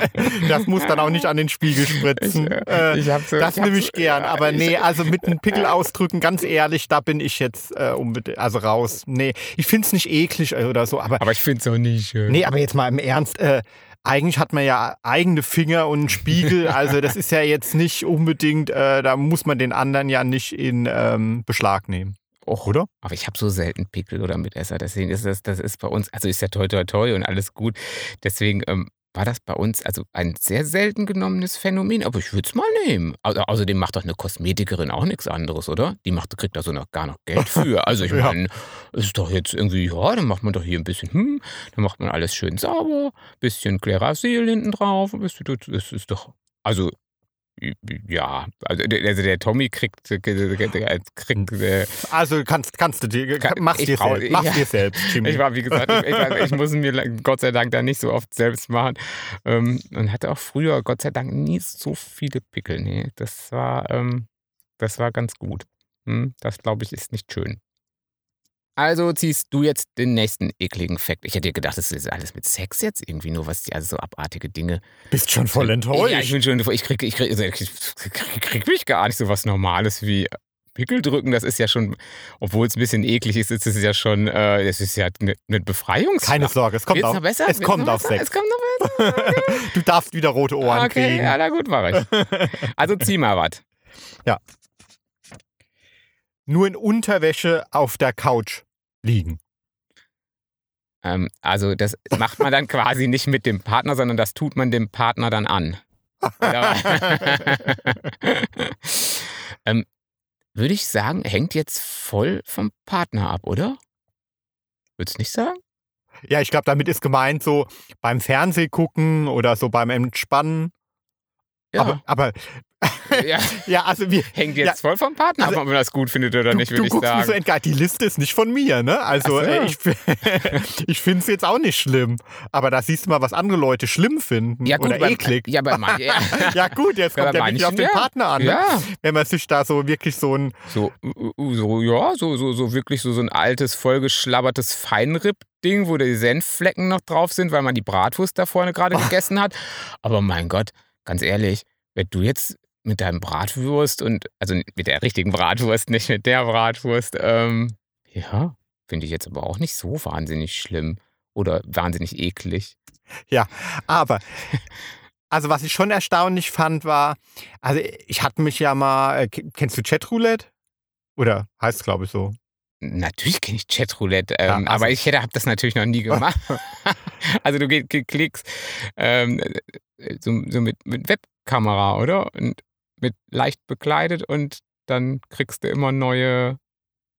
Speaker 1: das muss dann auch nicht an den Spiegel spritzen. Äh,
Speaker 2: Ich hab so-
Speaker 1: das
Speaker 2: ich hab
Speaker 1: nehme
Speaker 2: so-
Speaker 1: ich gern,
Speaker 2: ja,
Speaker 1: aber
Speaker 2: ich-
Speaker 1: nee, also mit einem Pickel ausdrücken, ganz ehrlich, da bin ich jetzt äh, unbedingt, also raus. Nee, ich finde es nicht eklig äh, oder so, aber
Speaker 2: Aber ich finde es auch nicht schön.
Speaker 1: nee, aber jetzt mal im Ernst, äh, eigentlich hat man ja eigene Finger und einen Spiegel, also das ist ja jetzt nicht unbedingt, äh, da muss man den anderen ja nicht in ähm, Beschlag nehmen.
Speaker 2: Och,
Speaker 1: Oder?
Speaker 2: Aber ich habe so selten Pickel oder Mitesser, deswegen ist das, das ist bei uns, also ist ja toi toi toi und alles gut. Deswegen ähm, war das bei uns also ein sehr selten genommenes Phänomen, aber ich würde es mal nehmen. Au außerdem macht doch eine Kosmetikerin auch nichts anderes, oder? Die macht, kriegt da so noch gar noch Geld für. Also ich
Speaker 1: Ja.
Speaker 2: meine, es ist doch jetzt irgendwie, ja, dann macht man doch hier ein bisschen, hm, dann macht man alles schön sauber, bisschen Klerasil hinten drauf, ein bisschen, das ist doch, also ja, also der, also der Tommy kriegt, kriegt äh,
Speaker 1: Also kannst, kannst du dir,
Speaker 2: Kann-
Speaker 1: mach's
Speaker 2: ich
Speaker 1: dir
Speaker 2: brau-
Speaker 1: selbst, mach's
Speaker 2: ja.
Speaker 1: dir selbst, Jimmy.
Speaker 2: Ich war, wie gesagt, ich, ich, war- ich muss ihn mir le- Gott sei Dank da nicht so oft selbst machen. Ähm, und hatte auch früher, Gott sei Dank, nie so viele Pickel. Nee, das war, ähm, das war ganz gut. Hm, das, glaube ich, ist nicht schön. Also ziehst du jetzt den nächsten ekligen Fact. Ich hätte gedacht, das ist alles mit Sex jetzt irgendwie nur, was die also so abartige Dinge.
Speaker 1: Bist schon voll enttäuscht.
Speaker 2: Ja, ich bin schon, ich krieg, ich krieg, also ich krieg, krieg mich gar nicht so was Normales wie Pickel drücken. Das ist ja schon, obwohl es ein bisschen eklig ist, ist es ja schon, äh, es ist ja eine ne Befreiungs.
Speaker 1: Keine Sorge, es kommt
Speaker 2: Wird's
Speaker 1: auf,
Speaker 2: noch besser?
Speaker 1: es
Speaker 2: Wird's
Speaker 1: kommt
Speaker 2: noch
Speaker 1: auf
Speaker 2: besser?
Speaker 1: Sex.
Speaker 2: Es kommt noch besser.
Speaker 1: du darfst wieder rote Ohren
Speaker 2: okay,
Speaker 1: kriegen.
Speaker 2: ja, na gut, mach ich. Also zieh mal was.
Speaker 1: Nur in Unterwäsche auf der Couch liegen.
Speaker 2: Ähm, also das macht man dann quasi nicht mit dem Partner, sondern das tut man dem Partner dann an. Oder? ähm, Würde ich sagen, hängt jetzt voll vom Partner ab, oder? Würdest du nicht sagen?
Speaker 1: Ja, ich glaube, damit ist gemeint so beim Fernseh gucken oder so beim Entspannen. Aber, aber
Speaker 2: ja.
Speaker 1: ja, also wir,
Speaker 2: Hängt jetzt voll vom Partner
Speaker 1: Also,
Speaker 2: ab, ob man das gut findet oder
Speaker 1: du,
Speaker 2: nicht,
Speaker 1: du
Speaker 2: würde ich
Speaker 1: guckst mich so
Speaker 2: sagen.
Speaker 1: entgeistert. Die Liste ist nicht von mir, ne? Also
Speaker 2: Ach so.
Speaker 1: äh, ich, ich finde es jetzt auch nicht schlimm. Aber da siehst du mal, was andere Leute schlimm finden oder
Speaker 2: bei,
Speaker 1: eklig.
Speaker 2: Ja, bei manchen. Ja,
Speaker 1: Ja gut, jetzt
Speaker 2: Ja,
Speaker 1: kommt
Speaker 2: bei
Speaker 1: ja wirklich auf den
Speaker 2: manchen, ja.
Speaker 1: Partner an, ne?
Speaker 2: ja.
Speaker 1: wenn man sich da so wirklich so ein
Speaker 2: So, uh, uh, so, ja, so, so, so wirklich so, so ein altes, vollgeschlabbertes Feinripp-Ding, wo die Senfflecken noch drauf sind, weil man die Bratwurst da vorne gerade gegessen hat. Aber mein Gott, ganz ehrlich, wenn du jetzt mit deinem Bratwurst und, also mit der richtigen Bratwurst, nicht mit der Bratwurst, ähm, ja, finde ich jetzt aber auch nicht so wahnsinnig schlimm oder wahnsinnig eklig.
Speaker 1: Aber, also was ich schon erstaunlich fand, war, also ich hatte mich ja mal, äh, k- kennst du Chatroulette? Oder heißt es, glaube ich, so.
Speaker 2: Natürlich kenne ich Chatroulette, ähm,
Speaker 1: Ja, also-
Speaker 2: aber ich hätte hab das natürlich noch nie gemacht. also du ge- ge- klickst ähm, äh, so, so mit, mit Webkamera, oder? Und mit leicht bekleidet und dann kriegst du immer neue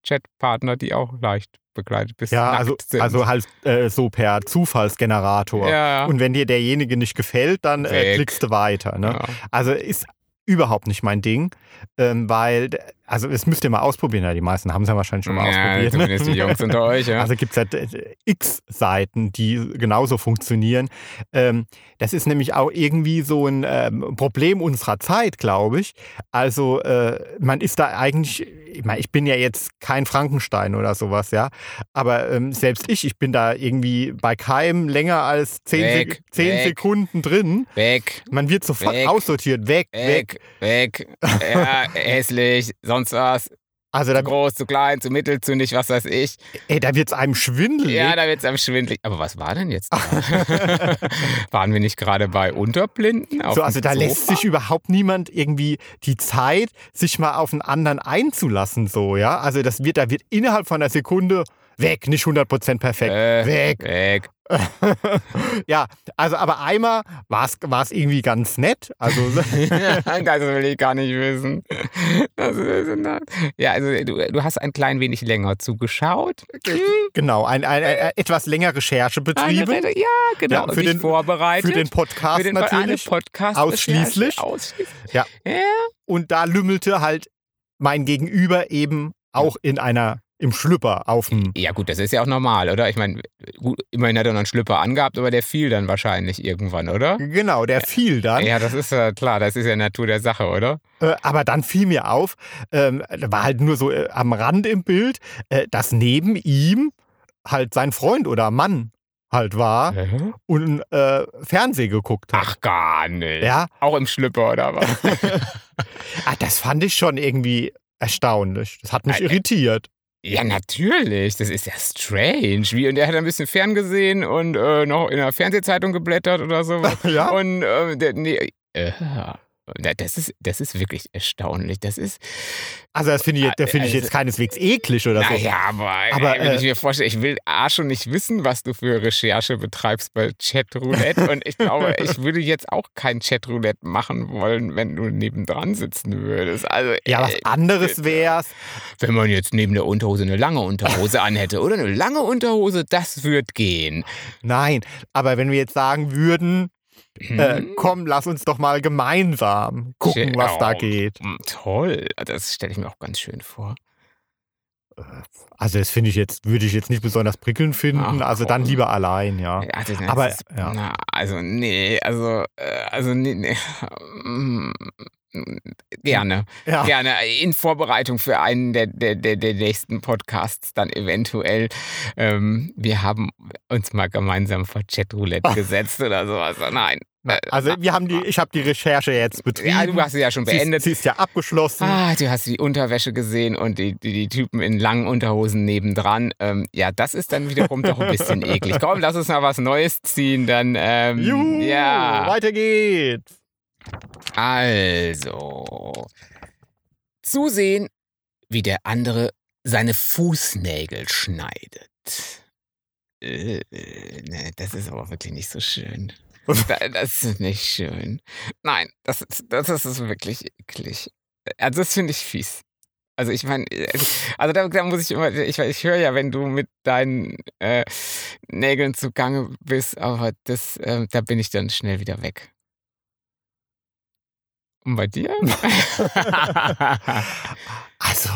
Speaker 2: Chatpartner, die auch leicht bekleidet bis
Speaker 1: Ja,
Speaker 2: nackt
Speaker 1: also,
Speaker 2: sind.
Speaker 1: also halt äh, so per Zufallsgenerator.
Speaker 2: ja.
Speaker 1: Und wenn dir derjenige nicht gefällt, dann äh,
Speaker 2: Weg.
Speaker 1: klickst du weiter. Ne?
Speaker 2: ja.
Speaker 1: Also ist überhaupt nicht mein Ding, ähm, weil, d- also das müsst ihr mal ausprobieren. Ja, die meisten haben es ja wahrscheinlich schon mal
Speaker 2: ja,
Speaker 1: ausprobiert. ne?
Speaker 2: zumindest die Jungs unter euch, ja.
Speaker 1: Also gibt es halt äh, x Seiten, die genauso funktionieren. Ähm, das ist nämlich auch irgendwie so ein ähm, Problem unserer Zeit, glaube ich. Also äh, man ist da eigentlich, ich, mein, ich bin ja jetzt kein Frankenstein oder sowas, ja. Aber ähm, selbst ich, ich bin da irgendwie bei keinem länger als 10,
Speaker 2: Weg,
Speaker 1: Sek 10
Speaker 2: weg.
Speaker 1: Sekunden drin.
Speaker 2: weg,
Speaker 1: Man wird sofort
Speaker 2: Weg.
Speaker 1: aussortiert, weg, weg.
Speaker 2: weg, weg, ja, hässlich, sonst was,
Speaker 1: Also da,
Speaker 2: zu groß, zu klein, zu mittel, zu nicht, was weiß ich.
Speaker 1: ey, da wird es einem ne? schwindelig.
Speaker 2: Ja, da wird es einem schwindelig. Aber was war denn jetzt? da? Waren wir nicht gerade bei Unterblinden? Auf
Speaker 1: So,
Speaker 2: dem
Speaker 1: also da lässt
Speaker 2: Sofa?
Speaker 1: sich überhaupt niemand irgendwie die Zeit, sich mal auf einen anderen einzulassen, so, ja. Also das wird, da wird innerhalb von einer Sekunde weg, nicht 100% perfekt.
Speaker 2: Äh,
Speaker 1: Weg.
Speaker 2: Weg.
Speaker 1: ja, also aber einmal war es irgendwie ganz nett. Also
Speaker 2: das will ich gar nicht wissen. Das ist, ja, also du, du hast ein klein wenig länger zugeschaut.
Speaker 1: genau, ein, ein, ein, etwas länger Recherche betrieben.
Speaker 2: Eine- Ja, genau.
Speaker 1: Ja, für
Speaker 2: für dich
Speaker 1: den-
Speaker 2: den, vorbereitet.
Speaker 1: Für den Podcast
Speaker 2: Für den-
Speaker 1: natürlich.
Speaker 2: Alle Podcast
Speaker 1: Ausschließlich.
Speaker 2: Ausschließlich.
Speaker 1: Ja.
Speaker 2: ja.
Speaker 1: Und da lümmelte halt mein Gegenüber eben auch in einer im Schlüpper auf dem.
Speaker 2: Ja, gut, das ist ja auch normal, oder? Ich meine, gut, immerhin hat er noch einen Schlüpper angehabt, aber der fiel dann wahrscheinlich irgendwann, oder?
Speaker 1: Genau, der fiel dann.
Speaker 2: Ja, das ist ja klar, das ist ja Natur der Sache, oder?
Speaker 1: Äh, aber dann fiel mir auf, ähm, war halt nur so äh, am Rand im Bild, äh, dass neben ihm halt sein Freund oder Mann halt war
Speaker 2: Mhm.
Speaker 1: und äh, Fernseh geguckt hat.
Speaker 2: Ach, gar nicht.
Speaker 1: Ja,
Speaker 2: Auch im Schlüpper, oder was?
Speaker 1: ah, das fand ich schon irgendwie erstaunlich. Das hat mich
Speaker 2: Äh, äh.
Speaker 1: irritiert.
Speaker 2: ja, natürlich. Das ist ja strange. Wie, und er hat ein bisschen ferngesehen und äh, noch in der Fernsehzeitung geblättert oder so.
Speaker 1: ja?
Speaker 2: Und äh, der, nee, äh, na, das, ist, das ist wirklich erstaunlich. Das ist.
Speaker 1: Also das finde ich, das finde ich
Speaker 2: Also-
Speaker 1: jetzt keineswegs eklig oder so.
Speaker 2: Naja, aber,
Speaker 1: Aber,
Speaker 2: aber wenn
Speaker 1: äh,
Speaker 2: ich mir vorstelle, ich will A schon nicht wissen, was du für Recherche betreibst bei Chatroulette. und ich glaube, ich würde jetzt auch kein Chatroulette machen wollen, wenn du nebendran sitzen würdest. Also,
Speaker 1: Ja, was
Speaker 2: äh,
Speaker 1: anderes wär's.
Speaker 2: wenn man jetzt neben der Unterhose eine lange Unterhose anhätte oder eine lange Unterhose, das würde gehen.
Speaker 1: Nein, aber wenn wir jetzt sagen würden, äh,
Speaker 2: Mhm.
Speaker 1: komm, lass uns doch mal gemeinsam gucken,
Speaker 2: Tja,
Speaker 1: was da
Speaker 2: oh.
Speaker 1: geht.
Speaker 2: Hm, Toll, das stelle ich mir auch ganz schön vor.
Speaker 1: Also das finde ich jetzt, würde ich jetzt nicht besonders prickelnd finden.
Speaker 2: Ach,
Speaker 1: also dann
Speaker 2: komm.
Speaker 1: lieber allein, ja.
Speaker 2: Also, das
Speaker 1: Aber,
Speaker 2: ist,
Speaker 1: ja.
Speaker 2: na, also nee, also, äh, also nee, nee. Hm, Gerne.
Speaker 1: Ja,
Speaker 2: Gerne in Vorbereitung für einen der, der, der, der nächsten Podcasts dann eventuell. Ähm, wir haben uns mal gemeinsam vor Chatroulette gesetzt oder sowas. Nein. Äh,
Speaker 1: Also wir haben die, ich habe die Recherche jetzt betrieben.
Speaker 2: ja, du hast sie ja schon
Speaker 1: Sie ist-
Speaker 2: beendet.
Speaker 1: Sie ist ja abgeschlossen.
Speaker 2: Ah, du hast die Unterwäsche gesehen und die, die, die Typen in langen Unterhosen nebendran. Ähm, ja, das ist dann wiederum doch ein bisschen eklig. Komm, lass uns mal was Neues ziehen, dann. Ähm,
Speaker 1: Juhu,
Speaker 2: ja.
Speaker 1: weiter geht's.
Speaker 2: Also, zusehen, wie der andere seine Fußnägel schneidet. Äh, ne, das ist aber wirklich nicht so schön. Da- Das ist nicht schön. Nein, das, ist- das ist wirklich eklig. Also, das finde ich fies. Also ich meine, äh, also da, da muss ich immer, ich, ich höre ja, wenn du mit deinen äh, Nägeln zugange bist, aber das, äh, da bin ich dann schnell wieder weg. Und bei dir?
Speaker 1: Also,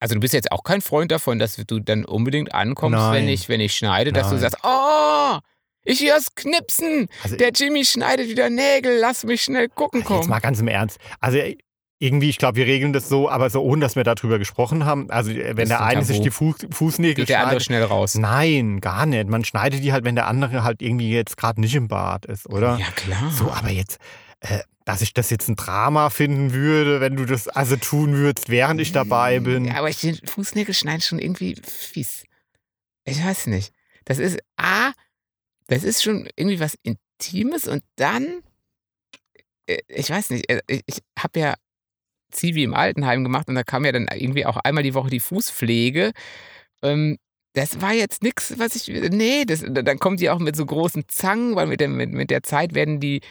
Speaker 2: also du bist jetzt auch kein Freund davon, dass du dann unbedingt ankommst,
Speaker 1: Nein.
Speaker 2: wenn ich, wenn ich schneide, dass du
Speaker 1: Nein.
Speaker 2: sagst, oh, ich hör's knipsen,
Speaker 1: also
Speaker 2: der Jimmy schneidet wieder Nägel, lass mich schnell gucken
Speaker 1: Also jetzt
Speaker 2: kommen.
Speaker 1: mal ganz im Ernst. Also irgendwie, ich glaube, wir regeln das so, aber so ohne, dass wir darüber gesprochen haben. Also wenn
Speaker 2: ist
Speaker 1: der
Speaker 2: ein
Speaker 1: eine
Speaker 2: Tabu.
Speaker 1: sich die Fuß, Fußnägel
Speaker 2: Geht der andere
Speaker 1: schneidet.
Speaker 2: schnell raus.
Speaker 1: Nein, gar nicht. Man schneidet die halt, wenn der andere halt irgendwie jetzt gerade nicht im Bad ist, oder?
Speaker 2: Ja klar.
Speaker 1: So, aber jetzt, äh, dass ich das jetzt ein Drama finden würde, wenn du das also tun würdest, während ich dabei bin.
Speaker 2: Ja, aber ich den Fußnägel schneiden schon irgendwie fies. Ich weiß nicht. Das ist A, das ist schon irgendwie was Intimes und dann, äh, ich weiß nicht, äh, ich, ich habe ja Zivi im Altenheim gemacht und da kam ja dann irgendwie auch einmal die Woche die Fußpflege. Ähm, das war jetzt nichts, was ich. Nee, das, dann kommt die auch mit so großen Zangen, weil mit der, mit, mit der Zeit werden die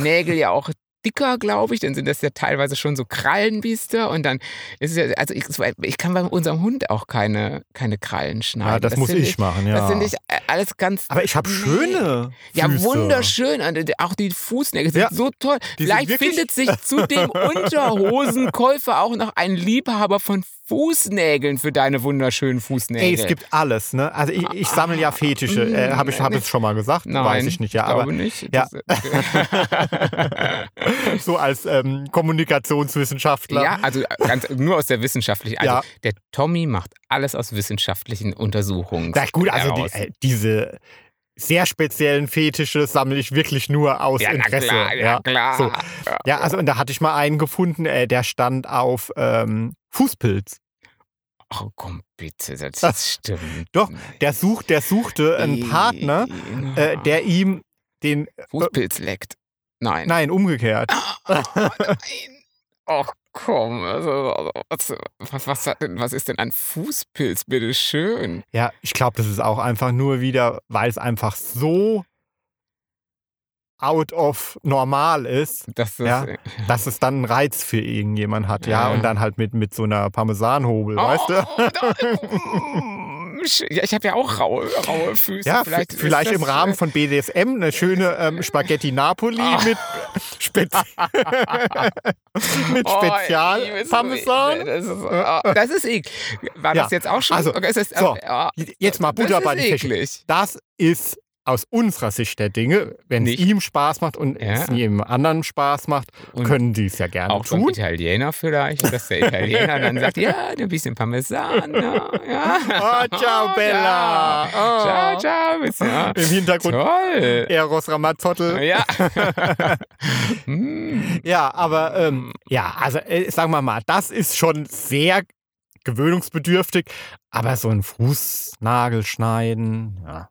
Speaker 2: Nägel ja auch dicker, glaube ich. Dann sind das ja teilweise schon so Krallenbiester und dann es ist ja, also ich, ich kann bei unserem Hund auch keine, keine Krallen schneiden.
Speaker 1: Ja, das, muss
Speaker 2: finde
Speaker 1: ich, machen, ja.
Speaker 2: Das finde ich äh, alles ganz.
Speaker 1: aber ich habe
Speaker 2: Nee.
Speaker 1: schöne.
Speaker 2: Ja,
Speaker 1: Füße.
Speaker 2: wunderschön. Und Auch die Fußnägel sind
Speaker 1: Ja,
Speaker 2: so toll.
Speaker 1: die sind
Speaker 2: Vielleicht
Speaker 1: wirklich-
Speaker 2: findet sich zu dem Unterhosenkäufer auch noch ein Liebhaber von Fußnägeln für deine wunderschönen Fußnägel.
Speaker 1: Ey, es gibt alles, ne? Also ich, ich sammle ja Fetische, äh, habe ich hab es schon mal gesagt,
Speaker 2: Mm. Nein,
Speaker 1: weiß ich nicht, ja, aber
Speaker 2: glaube nicht. äh,
Speaker 1: ja.
Speaker 2: Das-
Speaker 1: so als ähm, Kommunikationswissenschaftler.
Speaker 2: Ja, also ganz, nur aus der wissenschaftlichen. Also
Speaker 1: Ja.
Speaker 2: der Tommy macht alles aus wissenschaftlichen Untersuchungen.
Speaker 1: Na gut, also
Speaker 2: heraus.
Speaker 1: die, äh, diese sehr speziellen Fetische sammle ich wirklich nur aus
Speaker 2: ja, na
Speaker 1: Interesse.
Speaker 2: klar, ja,
Speaker 1: ja.
Speaker 2: klar.
Speaker 1: So. ja, also und da hatte ich mal einen gefunden, äh, der stand auf ähm, Fußpilz.
Speaker 2: Ach komm bitte, das,
Speaker 1: Das-
Speaker 2: stimmt.
Speaker 1: doch, Der sucht, der suchte einen Partner, äh, der ihm den,
Speaker 2: Fußpilz leckt. Nein.
Speaker 1: nein, umgekehrt.
Speaker 2: Nein. Ach komm, also, was, was, was, hat denn, was ist denn ein Fußpilz, bitteschön?
Speaker 1: Ja, ich glaube, das ist auch einfach nur wieder, weil es einfach so out of normal ist,
Speaker 2: Das ist, äh,
Speaker 1: Ja. dass es dann einen Reiz für irgendjemand hat, ja.
Speaker 2: Ja.
Speaker 1: Und dann halt mit, mit so einer Parmesanhobel, weißt du?
Speaker 2: Oh, da- ich, ja, ich habe ja auch raue, raue Füße.
Speaker 1: Ja, vielleicht,
Speaker 2: ist
Speaker 1: vielleicht
Speaker 2: das, äh,
Speaker 1: im Rahmen von BDSM eine schöne ähm, Spaghetti Napoli
Speaker 2: Ah.
Speaker 1: mit, Spez mit
Speaker 2: Oh, ich
Speaker 1: Spezial
Speaker 2: liebe es.
Speaker 1: Parmesan.
Speaker 2: Das ist, oh, das ist eklig. War
Speaker 1: Ja.
Speaker 2: das jetzt auch schon?
Speaker 1: Also,
Speaker 2: okay, es ist,
Speaker 1: so.
Speaker 2: oh,
Speaker 1: Jetzt mal Butter
Speaker 2: das
Speaker 1: bei
Speaker 2: ist
Speaker 1: die Fische.
Speaker 2: eklig.
Speaker 1: Das ist aus unserer Sicht der Dinge, wenn es
Speaker 2: Nicht.
Speaker 1: ihm Spaß macht und
Speaker 2: Ja.
Speaker 1: es jedem anderen Spaß macht,
Speaker 2: Und
Speaker 1: können die es ja gerne
Speaker 2: Auch
Speaker 1: tun.
Speaker 2: vom Italiener vielleicht, dass der Italiener dann sagt, ja, ein bisschen Parmesan. Ja, ja.
Speaker 1: Oh, ciao, Bella.
Speaker 2: Ja.
Speaker 1: Oh.
Speaker 2: Ciao, ciao. Bisschen, ja.
Speaker 1: Im Hintergrund
Speaker 2: Toll.
Speaker 1: Eros Ramazzotti.
Speaker 2: Ja. Hm.
Speaker 1: Ja, aber ähm, ja, also äh, sagen wir mal, das ist schon sehr gewöhnungsbedürftig, aber so ein Fußnagel schneiden, ja.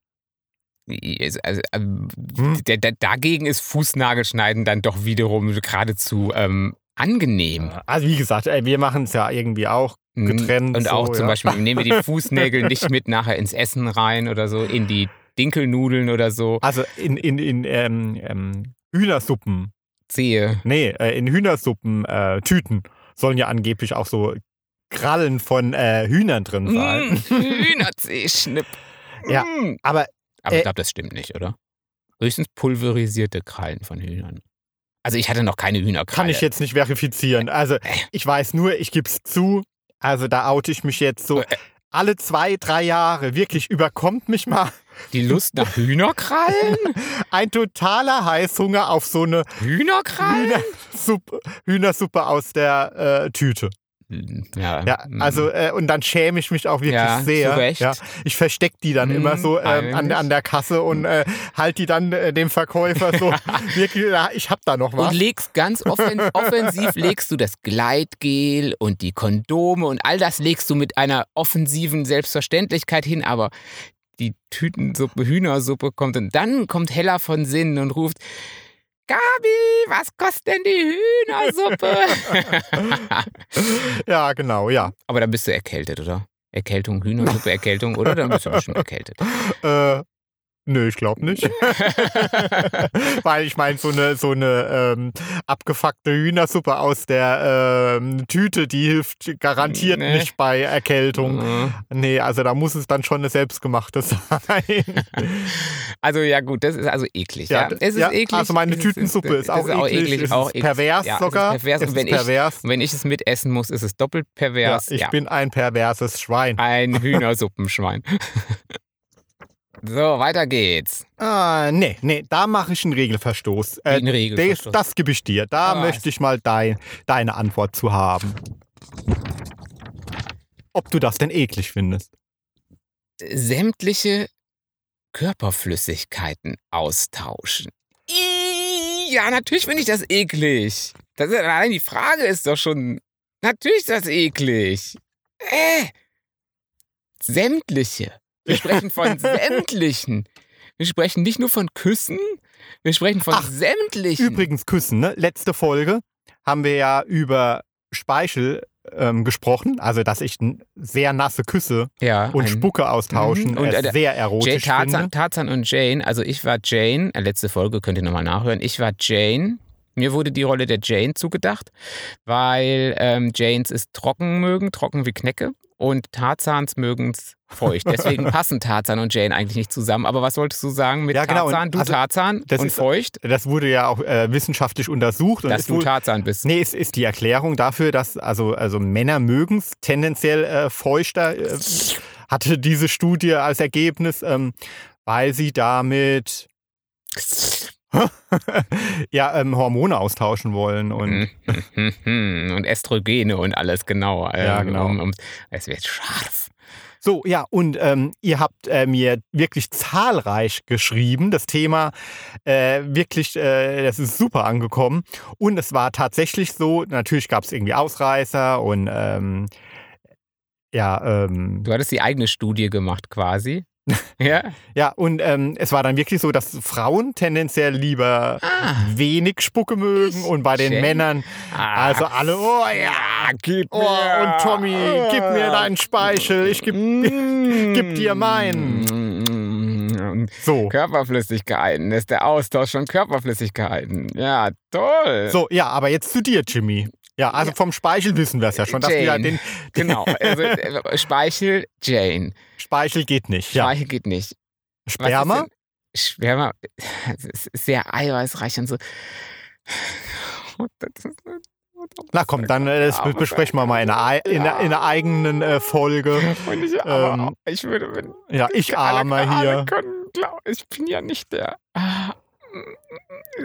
Speaker 2: Also, also, ähm, d- d- dagegen ist Fußnagelschneiden dann doch wiederum geradezu ähm, angenehm. Hm.
Speaker 1: Also wie gesagt, äh, wir machen es ja irgendwie auch. Getrennt
Speaker 2: Mhm. Und
Speaker 1: so,
Speaker 2: auch zum
Speaker 1: ja.
Speaker 2: Beispiel nehmen wir die Fußnägel nicht mit nachher ins Essen rein oder so, in die Dinkelnudeln oder so.
Speaker 1: Also in, in, in ähm, ähm, Hühnersuppen,
Speaker 2: Zehe.
Speaker 1: nee, äh, in Hühnersuppen äh, Tüten sollen ja angeblich auch so Krallen von äh, Hühnern drin sein.
Speaker 2: Mm, Hühnerzehschnipp.
Speaker 1: Ja,
Speaker 2: Mm.
Speaker 1: aber,
Speaker 2: Aber
Speaker 1: äh,
Speaker 2: ich glaube, das stimmt nicht, oder? Höchstens pulverisierte Krallen von Hühnern. Also ich hatte noch keine Hühnerkralle.
Speaker 1: Kann ich jetzt nicht
Speaker 2: Äh,
Speaker 1: verifizieren. Also ich weiß nur, ich gebe es zu. Also da oute ich mich jetzt
Speaker 2: Äh,
Speaker 1: so. Alle zwei, drei Jahre wirklich überkommt mich mal
Speaker 2: Die Lust nach Hühnerkrallen?
Speaker 1: ein totaler Heißhunger auf so eine
Speaker 2: Hühnerkrallen?
Speaker 1: Hühnersuppe, Hühnersuppe aus der äh, Tüte.
Speaker 2: Ja,
Speaker 1: Ja,
Speaker 2: mm.
Speaker 1: also äh, und dann schäme ich mich auch wirklich
Speaker 2: Ja,
Speaker 1: sehr.
Speaker 2: zu Recht.
Speaker 1: Ja, ich verstecke die dann
Speaker 2: Mhm,
Speaker 1: immer so ähm, an,
Speaker 2: eigentlich.
Speaker 1: an der Kasse und äh, halte die dann äh, dem Verkäufer so wirklich. ja, Ich hab da noch was.
Speaker 2: Und legst ganz offen, offensiv legst du das Gleitgel und die Kondome und all das legst du mit einer offensiven Selbstverständlichkeit hin, aber die Tütensuppe, Hühnersuppe kommt und dann kommt Hella von Sinnen und ruft, Gabi, was kostet denn die Hühnersuppe?
Speaker 1: ja, genau, ja.
Speaker 2: aber dann bist du erkältet, oder? Erkältung, Hühnersuppe, Erkältung, oder? Dann bist du bestimmt erkältet.
Speaker 1: Äh, nö, ich glaube nicht. Weil ich meine, so eine, so eine ähm, abgefuckte Hühnersuppe aus der ähm, Tüte, die hilft garantiert
Speaker 2: Nee.
Speaker 1: nicht bei Erkältung.
Speaker 2: Mhm.
Speaker 1: Nee, also da muss es dann schon eine selbstgemachte sein.
Speaker 2: Also ja gut, das ist also eklig. Ja,
Speaker 1: d-
Speaker 2: es ist
Speaker 1: ja,
Speaker 2: eklig.
Speaker 1: Also meine
Speaker 2: es
Speaker 1: Tütensuppe ist, auch, eklig, Es
Speaker 2: auch
Speaker 1: ist
Speaker 2: eklig.
Speaker 1: pervers
Speaker 2: Ja, es ist
Speaker 1: sogar. Es
Speaker 2: pervers. Und
Speaker 1: ist
Speaker 2: wenn ich-
Speaker 1: pervers.
Speaker 2: Und wenn ich es mitessen muss, ist es doppelt
Speaker 1: ja,
Speaker 2: pervers.
Speaker 1: ich
Speaker 2: Ja, Ah.
Speaker 1: bin ein perverses Schwein.
Speaker 2: ein Hühnersuppenschwein. so, weiter geht's.
Speaker 1: Ah, nee, nee, da mache ich einen Regelverstoß. Äh,
Speaker 2: Wie ein
Speaker 1: Das,
Speaker 2: Regelverstoß.
Speaker 1: das gebe ich dir. Da
Speaker 2: Ah,
Speaker 1: möchte ich mal dein, deine Antwort zu haben. Ob du das denn eklig findest?
Speaker 2: Sämtliche Körperflüssigkeiten austauschen. Ih, Ja, natürlich finde ich das eklig. Das ist, allein die Frage ist doch schon. Natürlich ist das eklig. Äh. Sämtliche. Wir sprechen von sämtlichen. Wir sprechen nicht nur von Küssen, wir sprechen von
Speaker 1: Ach,
Speaker 2: sämtlichen.
Speaker 1: Übrigens, Küssen, ne? Letzte Folge haben wir ja über Speichel ähm, gesprochen. Also, dass ich n- sehr nasse Küsse
Speaker 2: ja,
Speaker 1: und
Speaker 2: ein-
Speaker 1: Spucke austauschen
Speaker 2: Mhm. Und,
Speaker 1: äh,
Speaker 2: äh,
Speaker 1: sehr
Speaker 2: Jay,
Speaker 1: erotisch finde.
Speaker 2: Tarzan, Tarzan und Jane, also ich war Jane, äh, letzte Folge könnt ihr nochmal nachhören, ich war Jane, mir wurde die Rolle der Jane zugedacht, weil ähm, Janes ist trocken mögen, trocken wie Knecke und Tarzans mögen es feucht. Deswegen passen Tarzan und Jane eigentlich nicht zusammen. Aber was wolltest du sagen mit
Speaker 1: Ja, genau, und
Speaker 2: Tarzan? Du
Speaker 1: also,
Speaker 2: Tarzan
Speaker 1: das
Speaker 2: und
Speaker 1: ist-
Speaker 2: feucht,
Speaker 1: Das wurde ja auch äh, wissenschaftlich untersucht. Und
Speaker 2: dass
Speaker 1: ist
Speaker 2: du
Speaker 1: wohl,
Speaker 2: Tarzan bist.
Speaker 1: nee, es ist die Erklärung dafür, dass also, also Männer mögen es tendenziell äh, feuchter. Äh, hatte diese Studie als Ergebnis, ähm, weil sie damit ja, ähm, Hormone austauschen wollen. Und
Speaker 2: Mhm. Und Estrogene und alles, genau.
Speaker 1: Ja,
Speaker 2: ähm,
Speaker 1: genau.
Speaker 2: Um, um, es wird scharf.
Speaker 1: so, ja, und ähm, ihr habt äh, mir wirklich zahlreich geschrieben. Das Thema äh, wirklich, äh, das ist super angekommen. Und es war tatsächlich so, natürlich gab es irgendwie Ausreißer und ähm, ja, ähm,
Speaker 2: Du hattest die eigene Studie gemacht quasi. ja.
Speaker 1: ja, und ähm, es war dann wirklich so, dass Frauen tendenziell lieber
Speaker 2: Ah.
Speaker 1: wenig Spucke mögen und bei den
Speaker 2: Schön.
Speaker 1: Männern Also alle, oh ja,
Speaker 2: ja, gib Ah.
Speaker 1: Oh, und Tommy,
Speaker 2: Mm.
Speaker 1: gib mir deinen Speichel. Ich geb,
Speaker 2: gib
Speaker 1: gib dir meinen.
Speaker 2: Kalorien und
Speaker 1: So.
Speaker 2: Körperflüssigkeiten. Mm. Ist der Austausch von Körperflüssigkeiten. Ja, toll.
Speaker 1: So, ja, aber jetzt zu dir, Jimmy. Ja, also vom Speichel wissen wir es ja schon, dass du ja
Speaker 2: Jane.
Speaker 1: den
Speaker 2: Genau. Also, äh, Speichel, Jane.
Speaker 1: Speichel geht nicht. Ja.
Speaker 2: Speichel geht nicht. Was ist
Speaker 1: Sperma?
Speaker 2: denn- Sperma es ist sehr eiweißreich und so. Und das ist-
Speaker 1: Na komm, dann äh, das
Speaker 2: Aber-
Speaker 1: besprechen wir mal in einer, ei- in einer, in einer eigenen äh, Folge.
Speaker 2: Und ich, aber
Speaker 1: Ähm,
Speaker 2: ich würde, wenn
Speaker 1: Ja, ich arme
Speaker 2: alle
Speaker 1: hier.
Speaker 2: können, glaub, ich bin ja nicht der. Ah,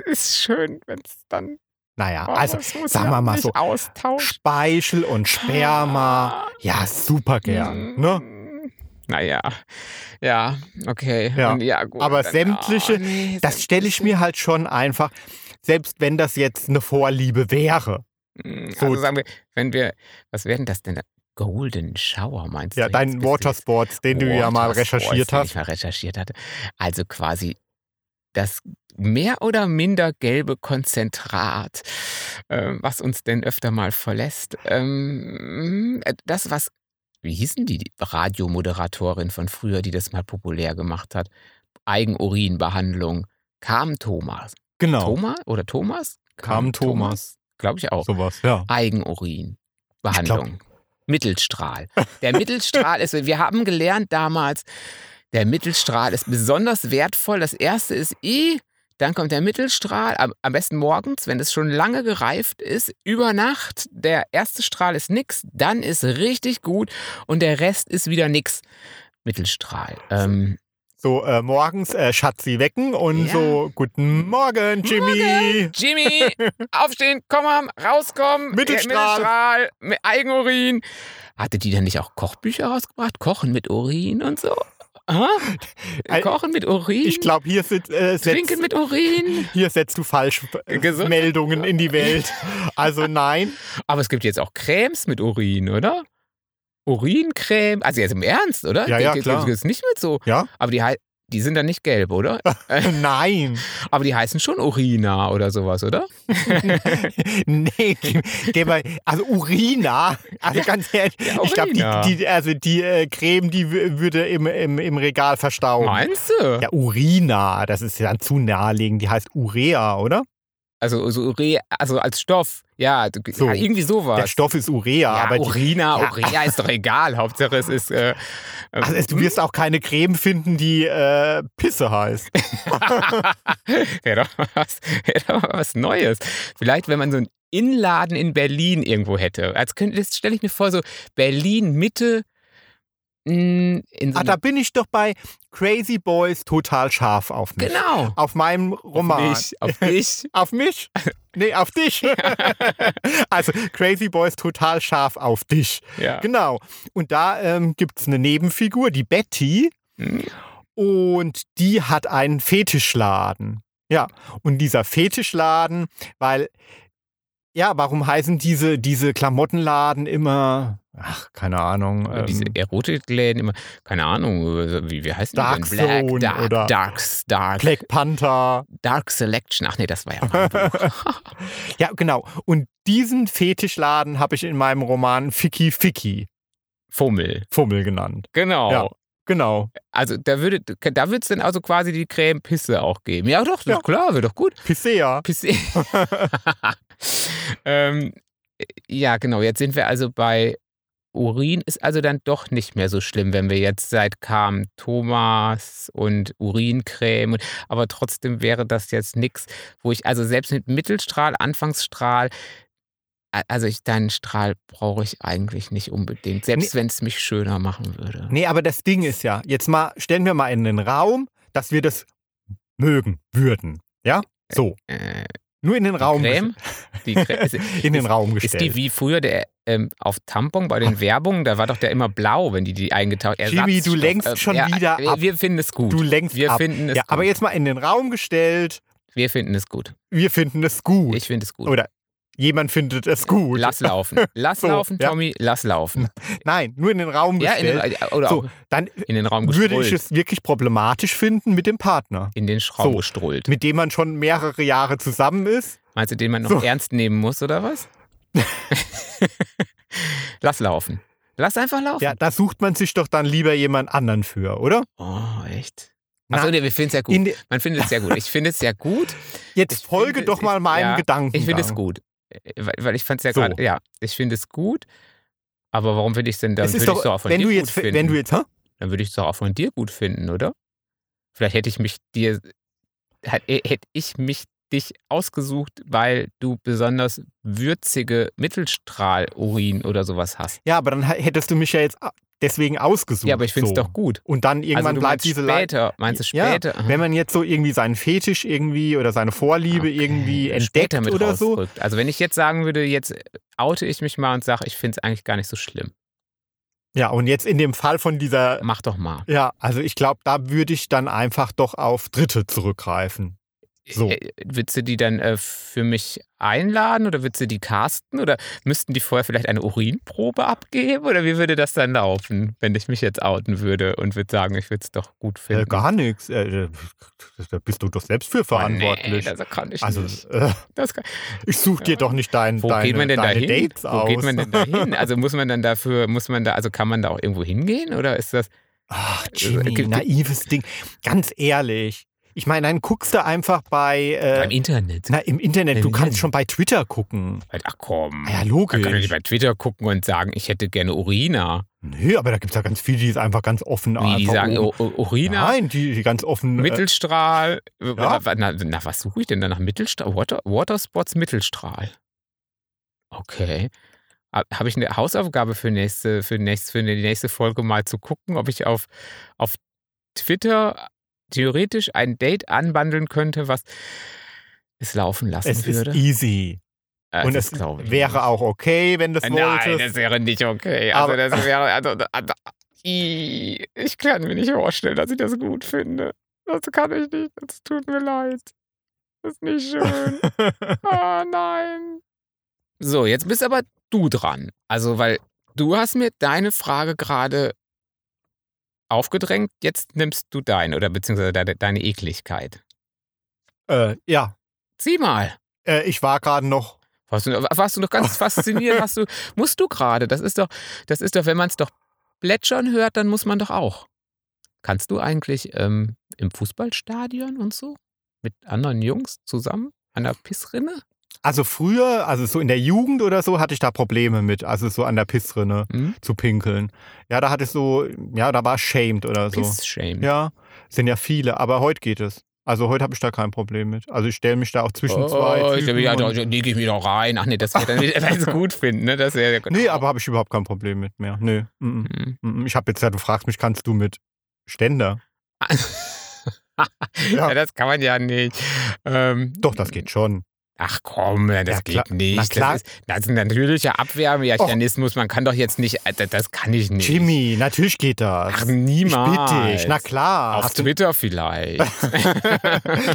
Speaker 2: Ist schön, wenn es dann.
Speaker 1: Naja,
Speaker 2: oh,
Speaker 1: also
Speaker 2: es muss
Speaker 1: sagen
Speaker 2: ja
Speaker 1: wir mal
Speaker 2: nicht
Speaker 1: so.
Speaker 2: Austausch.
Speaker 1: Speichel und Sperma. Ja, super
Speaker 2: Mhm.
Speaker 1: gern. Ne?
Speaker 2: Naja. Hm, Ja, okay.
Speaker 1: Ja,
Speaker 2: Und ja gut,
Speaker 1: aber
Speaker 2: dann-
Speaker 1: sämtliche-
Speaker 2: oh, nee,
Speaker 1: Das stelle ich mir halt schon einfach, selbst wenn das jetzt eine Vorliebe wäre.
Speaker 2: Mm,
Speaker 1: So-
Speaker 2: Also sagen wir, wenn wir, was werden das denn? da? Golden Shower meinst
Speaker 1: Ja,
Speaker 2: du? jetzt?
Speaker 1: dein
Speaker 2: Bist du jetzt-
Speaker 1: Watersports, den du ja mal
Speaker 2: Watersports,
Speaker 1: recherchiert
Speaker 2: den
Speaker 1: hast.
Speaker 2: Ich mal recherchiert hatte. Also quasi das mehr oder minder gelbe Konzentrat, äh, was uns denn öfter mal verlässt. Ähm, äh, das, was, wie hießen die, die Radiomoderatorin von früher, die das mal populär gemacht hat? Eigenurinbehandlung. Kam Thomas.
Speaker 1: Genau,
Speaker 2: Thomas oder Thomas?
Speaker 1: Kam Thomas.
Speaker 2: Glaube ich auch.
Speaker 1: sowas, ja.
Speaker 2: Ah. Eigenurinbehandlung. Mittelstrahl. Der Mittelstrahl ist, wir haben gelernt damals, der Mittelstrahl ist besonders wertvoll. Das erste ist I, dann kommt der Mittelstrahl, am, am besten morgens, wenn es schon lange gereift ist, über Nacht. Der erste Strahl ist nix, dann ist richtig gut und der Rest ist wieder nix. Mittelstrahl. Ähm,
Speaker 1: So äh, morgens äh, Schatzi wecken und
Speaker 2: Ja.
Speaker 1: so, guten Morgen, Jimmy.
Speaker 2: Jimmy, aufstehen, komm am, rauskommen. Äh,
Speaker 1: Mittelstrahl.
Speaker 2: Mittelstrahl, Mi- Eigenurin. Hatte die denn nicht auch Kochbücher rausgebracht? Kochen mit Urin und so? Hä?
Speaker 1: Äh,
Speaker 2: Kochen mit Urin?
Speaker 1: Ich glaube, hier, sitzt- äh, setzt-
Speaker 2: Trinken mit Urin?
Speaker 1: hier setzt du falsche äh,
Speaker 2: Gesund-
Speaker 1: Meldungen in die Welt. Also nein,
Speaker 2: Aber es gibt jetzt auch Cremes mit Urin, oder? Urincreme? Also jetzt im Ernst, oder?
Speaker 1: Ja, ja,
Speaker 2: jetzt,
Speaker 1: klar.
Speaker 2: Jetzt nicht mit so.
Speaker 1: Ja.
Speaker 2: Aber die, hei- die sind dann nicht gelb, oder?
Speaker 1: nein.
Speaker 2: Aber die heißen schon Urina oder sowas, oder?
Speaker 1: nee, geh, geh mal, also Urina, also ganz ehrlich,
Speaker 2: Ja,
Speaker 1: ich glaube,
Speaker 2: Urina.
Speaker 1: die, die, also die äh, Creme, die wü- würde im, im, im Regal verstauben.
Speaker 2: Meinst du?
Speaker 1: Ja, Urina, das ist ja dann zu naheliegend, die heißt Urea, oder?
Speaker 2: Also, so Ure, also als Stoff. Ja, du-
Speaker 1: So.
Speaker 2: ja irgendwie sowas.
Speaker 1: Der Stoff ist Urea,
Speaker 2: ja,
Speaker 1: aber die,
Speaker 2: Urina,
Speaker 1: ja.
Speaker 2: Urea ist doch egal. Hauptsache es ist. Äh,
Speaker 1: also es, du wirst auch keine Creme finden, die äh, Pisse heißt.
Speaker 2: wäre doch, was- wär doch mal was Neues. Vielleicht, wenn man so einen Innenladen in Berlin irgendwo hätte. Als könnte, das stelle ich mir vor, so Berlin Mitte. mh, In so
Speaker 1: Ah, da
Speaker 2: einem,
Speaker 1: bin ich doch bei Crazy Boys total scharf auf mich.
Speaker 2: genau.
Speaker 1: Auf meinem Roman.
Speaker 2: Mich, auf mich.
Speaker 1: Auf mich? Nee, auf dich. also Crazy Boys total scharf auf dich.
Speaker 2: Ja.
Speaker 1: Genau. Und da ähm, gibt es eine Nebenfigur, die Betty.
Speaker 2: Mhm.
Speaker 1: Und die hat einen Fetischladen. Ja. Und dieser Fetischladen, weil, ja, warum heißen diese, diese Klamottenladen immer, ach, keine Ahnung.
Speaker 2: Oder diese
Speaker 1: ähm,
Speaker 2: Erotikläden immer, keine Ahnung, äh, wie, wie heißen
Speaker 1: Dark
Speaker 2: die denn?
Speaker 1: Zone
Speaker 2: Dark,
Speaker 1: oder
Speaker 2: Dark, Dark,
Speaker 1: Black Panther.
Speaker 2: Dark Selection. Ach nee, das war ja auch ein Buch.
Speaker 1: Ja, genau. Und diesen Fetischladen habe ich in meinem Roman Ficky Ficky
Speaker 2: Fummel.
Speaker 1: Fummel genannt.
Speaker 2: Genau.
Speaker 1: Ja. Genau.
Speaker 2: Also da würde da würde es dann also quasi die Creme Pisse auch geben. Ja doch,
Speaker 1: Ja.
Speaker 2: klar, wird doch gut.
Speaker 1: Pissea.
Speaker 2: Pisse. eh. ähm, ja, genau. Jetzt sind wir also bei Urin ist also dann doch nicht mehr so schlimm, wenn wir jetzt seit kam Thomas und Urincreme. Und, aber trotzdem wäre das jetzt nichts, wo ich also selbst mit Mittelstrahl, Anfangsstrahl, a- also ich deinen Strahl brauche ich eigentlich nicht unbedingt, selbst wenn es mich schöner machen würde.
Speaker 1: Nee, aber das Ding ist ja, jetzt mal, stellen wir mal in den Raum, dass wir das mögen würden. Ja? So.
Speaker 2: Äh,
Speaker 1: Nur in den
Speaker 2: die
Speaker 1: Raum.
Speaker 2: Creme? Die Creme ist,
Speaker 1: ges- In den
Speaker 2: also ist-
Speaker 1: Raum
Speaker 2: Ist
Speaker 1: gestellt.
Speaker 2: die wie früher der ähm, auf Tampon bei den Werbungen? Da war doch der immer blau, wenn die die eingetaucht
Speaker 1: Jimmy, du
Speaker 2: Ersatzstoff,
Speaker 1: lenkst schon
Speaker 2: ja,
Speaker 1: wieder
Speaker 2: wir,
Speaker 1: ab.
Speaker 2: Wir finden es gut.
Speaker 1: du lenkst
Speaker 2: wir
Speaker 1: ab.
Speaker 2: finden es
Speaker 1: ja, aber
Speaker 2: gut.
Speaker 1: jetzt mal in den Raum gestellt,
Speaker 2: wir finden es gut.
Speaker 1: wir finden es gut.
Speaker 2: Ich finde es gut.
Speaker 1: Oder Jemand findet es gut.
Speaker 2: Lass laufen. Lass
Speaker 1: So,
Speaker 2: laufen,
Speaker 1: ja.
Speaker 2: Tommy. Lass laufen.
Speaker 1: Nein, nur in den Raum
Speaker 2: Ja, in den,
Speaker 1: gestellt.
Speaker 2: oder
Speaker 1: so,
Speaker 2: auch
Speaker 1: dann
Speaker 2: in den Raum gestrollt.
Speaker 1: würde ich es wirklich problematisch finden mit dem Partner,
Speaker 2: in den Schraub
Speaker 1: So.
Speaker 2: gestrollt.
Speaker 1: mit dem man schon mehrere Jahre zusammen ist.
Speaker 2: Meinst du, den man noch
Speaker 1: So.
Speaker 2: ernst nehmen muss, oder was? Lass laufen. Lass einfach laufen.
Speaker 1: Ja, da sucht man sich doch dann lieber jemand anderen für, oder?
Speaker 2: Oh, echt? Achso, nee, wir finden es ja gut.
Speaker 1: In de-
Speaker 2: Man findet es ja gut. Ich finde es ja gut.
Speaker 1: Jetzt
Speaker 2: Ich
Speaker 1: folge
Speaker 2: finde-
Speaker 1: doch mal meinem
Speaker 2: ja,
Speaker 1: Gedanken.
Speaker 2: Ich finde es gut. Äh, Weil, weil ich fand es ja
Speaker 1: So.
Speaker 2: gerade. Ja, ich finde es gut. Aber warum finde ich es denn dann?
Speaker 1: Es ist
Speaker 2: würde ich
Speaker 1: doch,
Speaker 2: es doch auch von
Speaker 1: wenn,
Speaker 2: dir
Speaker 1: du
Speaker 2: gut
Speaker 1: jetzt,
Speaker 2: finden.
Speaker 1: wenn du jetzt, hä?
Speaker 2: dann würde ich es doch auch von dir gut finden, oder? Vielleicht hätte ich mich dir, hat- äh, hätte ich mich dich ausgesucht, weil du besonders würzige Mittelstrahlurin oder sowas hast.
Speaker 1: Ja, aber dann h- hättest du mich ja jetzt a- deswegen ausgesucht.
Speaker 2: Ja, aber ich finde es
Speaker 1: so.
Speaker 2: doch gut.
Speaker 1: Und dann irgendwann
Speaker 2: also du
Speaker 1: bleibt
Speaker 2: meinst
Speaker 1: diese Lei-
Speaker 2: später, meinst du
Speaker 1: Ja,
Speaker 2: später? Aha.
Speaker 1: Wenn man jetzt so irgendwie seinen Fetisch irgendwie oder seine Vorliebe
Speaker 2: Okay.
Speaker 1: irgendwie entdeckt
Speaker 2: Später mit
Speaker 1: oder so.
Speaker 2: rausrückt. Also wenn ich jetzt sagen würde, jetzt oute ich mich mal und sage, ich finde es eigentlich gar nicht so schlimm.
Speaker 1: Ja, und jetzt in dem Fall von dieser.
Speaker 2: Mach doch mal.
Speaker 1: Ja, also ich glaube, da würde ich dann einfach doch auf Dritte zurückgreifen. So.
Speaker 2: Äh, Willst du die dann äh, für mich einladen oder willst du die casten? Oder müssten die vorher vielleicht eine Urinprobe abgeben? Oder wie würde das dann laufen, wenn ich mich jetzt outen würde und würde sagen, ich würde es doch gut finden?
Speaker 1: Äh, gar nichts. Äh, da bist du doch selbst für
Speaker 2: Oh, nee,
Speaker 1: verantwortlich.
Speaker 2: das kann ich
Speaker 1: also,
Speaker 2: nicht.
Speaker 1: äh,
Speaker 2: Das kann,
Speaker 1: ich suche dir
Speaker 2: Ja.
Speaker 1: doch nicht dein,
Speaker 2: wo
Speaker 1: deine,
Speaker 2: geht man denn da
Speaker 1: deine
Speaker 2: hin?
Speaker 1: Dates
Speaker 2: wo
Speaker 1: aus.
Speaker 2: geht man denn da hin? Also muss man dann dafür, muss man da, also kann man da auch irgendwo hingehen? Oder ist das,
Speaker 1: Ach,
Speaker 2: Äh,
Speaker 1: Jimmy,
Speaker 2: gibt-
Speaker 1: naives Ding. Ganz ehrlich. Ich meine, dann guckst du einfach bei.
Speaker 2: im
Speaker 1: Äh,
Speaker 2: Internet?
Speaker 1: na, im Internet. Du
Speaker 2: Im
Speaker 1: kannst
Speaker 2: Internet.
Speaker 1: schon bei Twitter gucken.
Speaker 2: Ach komm.
Speaker 1: Ah Ja,
Speaker 2: Man kann doch nicht
Speaker 1: logisch.
Speaker 2: bei Twitter gucken und sagen, ich hätte gerne Urina.
Speaker 1: Nö, aber da gibt es ja ganz viele, die es einfach ganz offen
Speaker 2: Wie die
Speaker 1: einfach
Speaker 2: sagen, oh,
Speaker 1: oben-
Speaker 2: U- U- Urina,
Speaker 1: Nein, die, die ganz offen. Äh,
Speaker 2: Mittelstrahl.
Speaker 1: Ja.
Speaker 2: Na, na, na, was suche ich denn da nach Mittelstrahl? Water, Waterspots Mittelstrahl. Okay. Ha- Habe ich eine Hausaufgabe für, nächste, für, nächste, für die nächste Folge mal zu gucken, ob ich auf, auf Twitter theoretisch ein Date anbandeln könnte, was es laufen lassen
Speaker 1: es ist
Speaker 2: würde?
Speaker 1: easy.
Speaker 2: Äh,
Speaker 1: Und
Speaker 2: das
Speaker 1: es
Speaker 2: glaube ich
Speaker 1: wäre
Speaker 2: nicht. Äh,
Speaker 1: auch okay, wenn das
Speaker 2: Nein, das
Speaker 1: wolltest.
Speaker 2: wäre nicht okay. Also
Speaker 1: Aber-
Speaker 2: das wäre. Also, also, i- ich kann mir nicht vorstellen, dass ich das gut finde. Das kann ich nicht. Das tut mir leid. Das ist nicht schön. Ah, nein. So, jetzt bist aber du dran. Also, weil du hast mir deine Frage gerade aufgedrängt. Jetzt nimmst du deine oder beziehungsweise deine, deine Ekligkeit.
Speaker 1: äh, ja,
Speaker 2: Sieh mal.
Speaker 1: äh, ich war gerade noch.
Speaker 2: Warst du, warst du noch ganz fasziniert? Hast du, musst du gerade? Das ist doch, das ist doch, wenn man es doch plätschern hört, dann muss man doch auch. Kannst du eigentlich ähm, im Fußballstadion und so mit anderen Jungs zusammen an der Pissrinne?
Speaker 1: Also früher, also so in der Jugend oder so, hatte ich da Probleme mit. Also so an der Pissrinne
Speaker 2: Hm?
Speaker 1: zu pinkeln. Ja, da hatte ich so, ja, da war shamed oder so.
Speaker 2: Piss-Shame.
Speaker 1: Ja, sind ja viele, aber heute geht es. Also heute habe ich da kein Problem mit. Also ich stelle mich da auch zwischen
Speaker 2: oh,
Speaker 1: zwei.
Speaker 2: ich,
Speaker 1: Typen
Speaker 2: ja, da,
Speaker 1: und,
Speaker 2: da leg ich mich doch rein. Ach nee, das wäre dann nicht, weil ich es gut finden. Ne? Das wär,
Speaker 1: nee, aber habe ich überhaupt kein Problem mit mehr. Nee. Mm,
Speaker 2: Hm.
Speaker 1: mm, mm. Ich habe jetzt ja, du fragst mich, kannst du mit Ständer?
Speaker 2: ja.
Speaker 1: Ja.
Speaker 2: das kann man ja nicht. Ähm,
Speaker 1: Doch, das geht schon.
Speaker 2: Ach komm, das
Speaker 1: Ja, klar.
Speaker 2: geht nicht.
Speaker 1: Na klar.
Speaker 2: Das, ist, das ist ein natürlicher Abwehrmechanismus. Man kann doch jetzt nicht, äh, das- das kann ich nicht.
Speaker 1: Jimmy, natürlich geht das.
Speaker 2: Ach,
Speaker 1: ich
Speaker 2: niemals.
Speaker 1: bitte dich, na klar.
Speaker 2: Auf
Speaker 1: Hast du-
Speaker 2: Twitter vielleicht.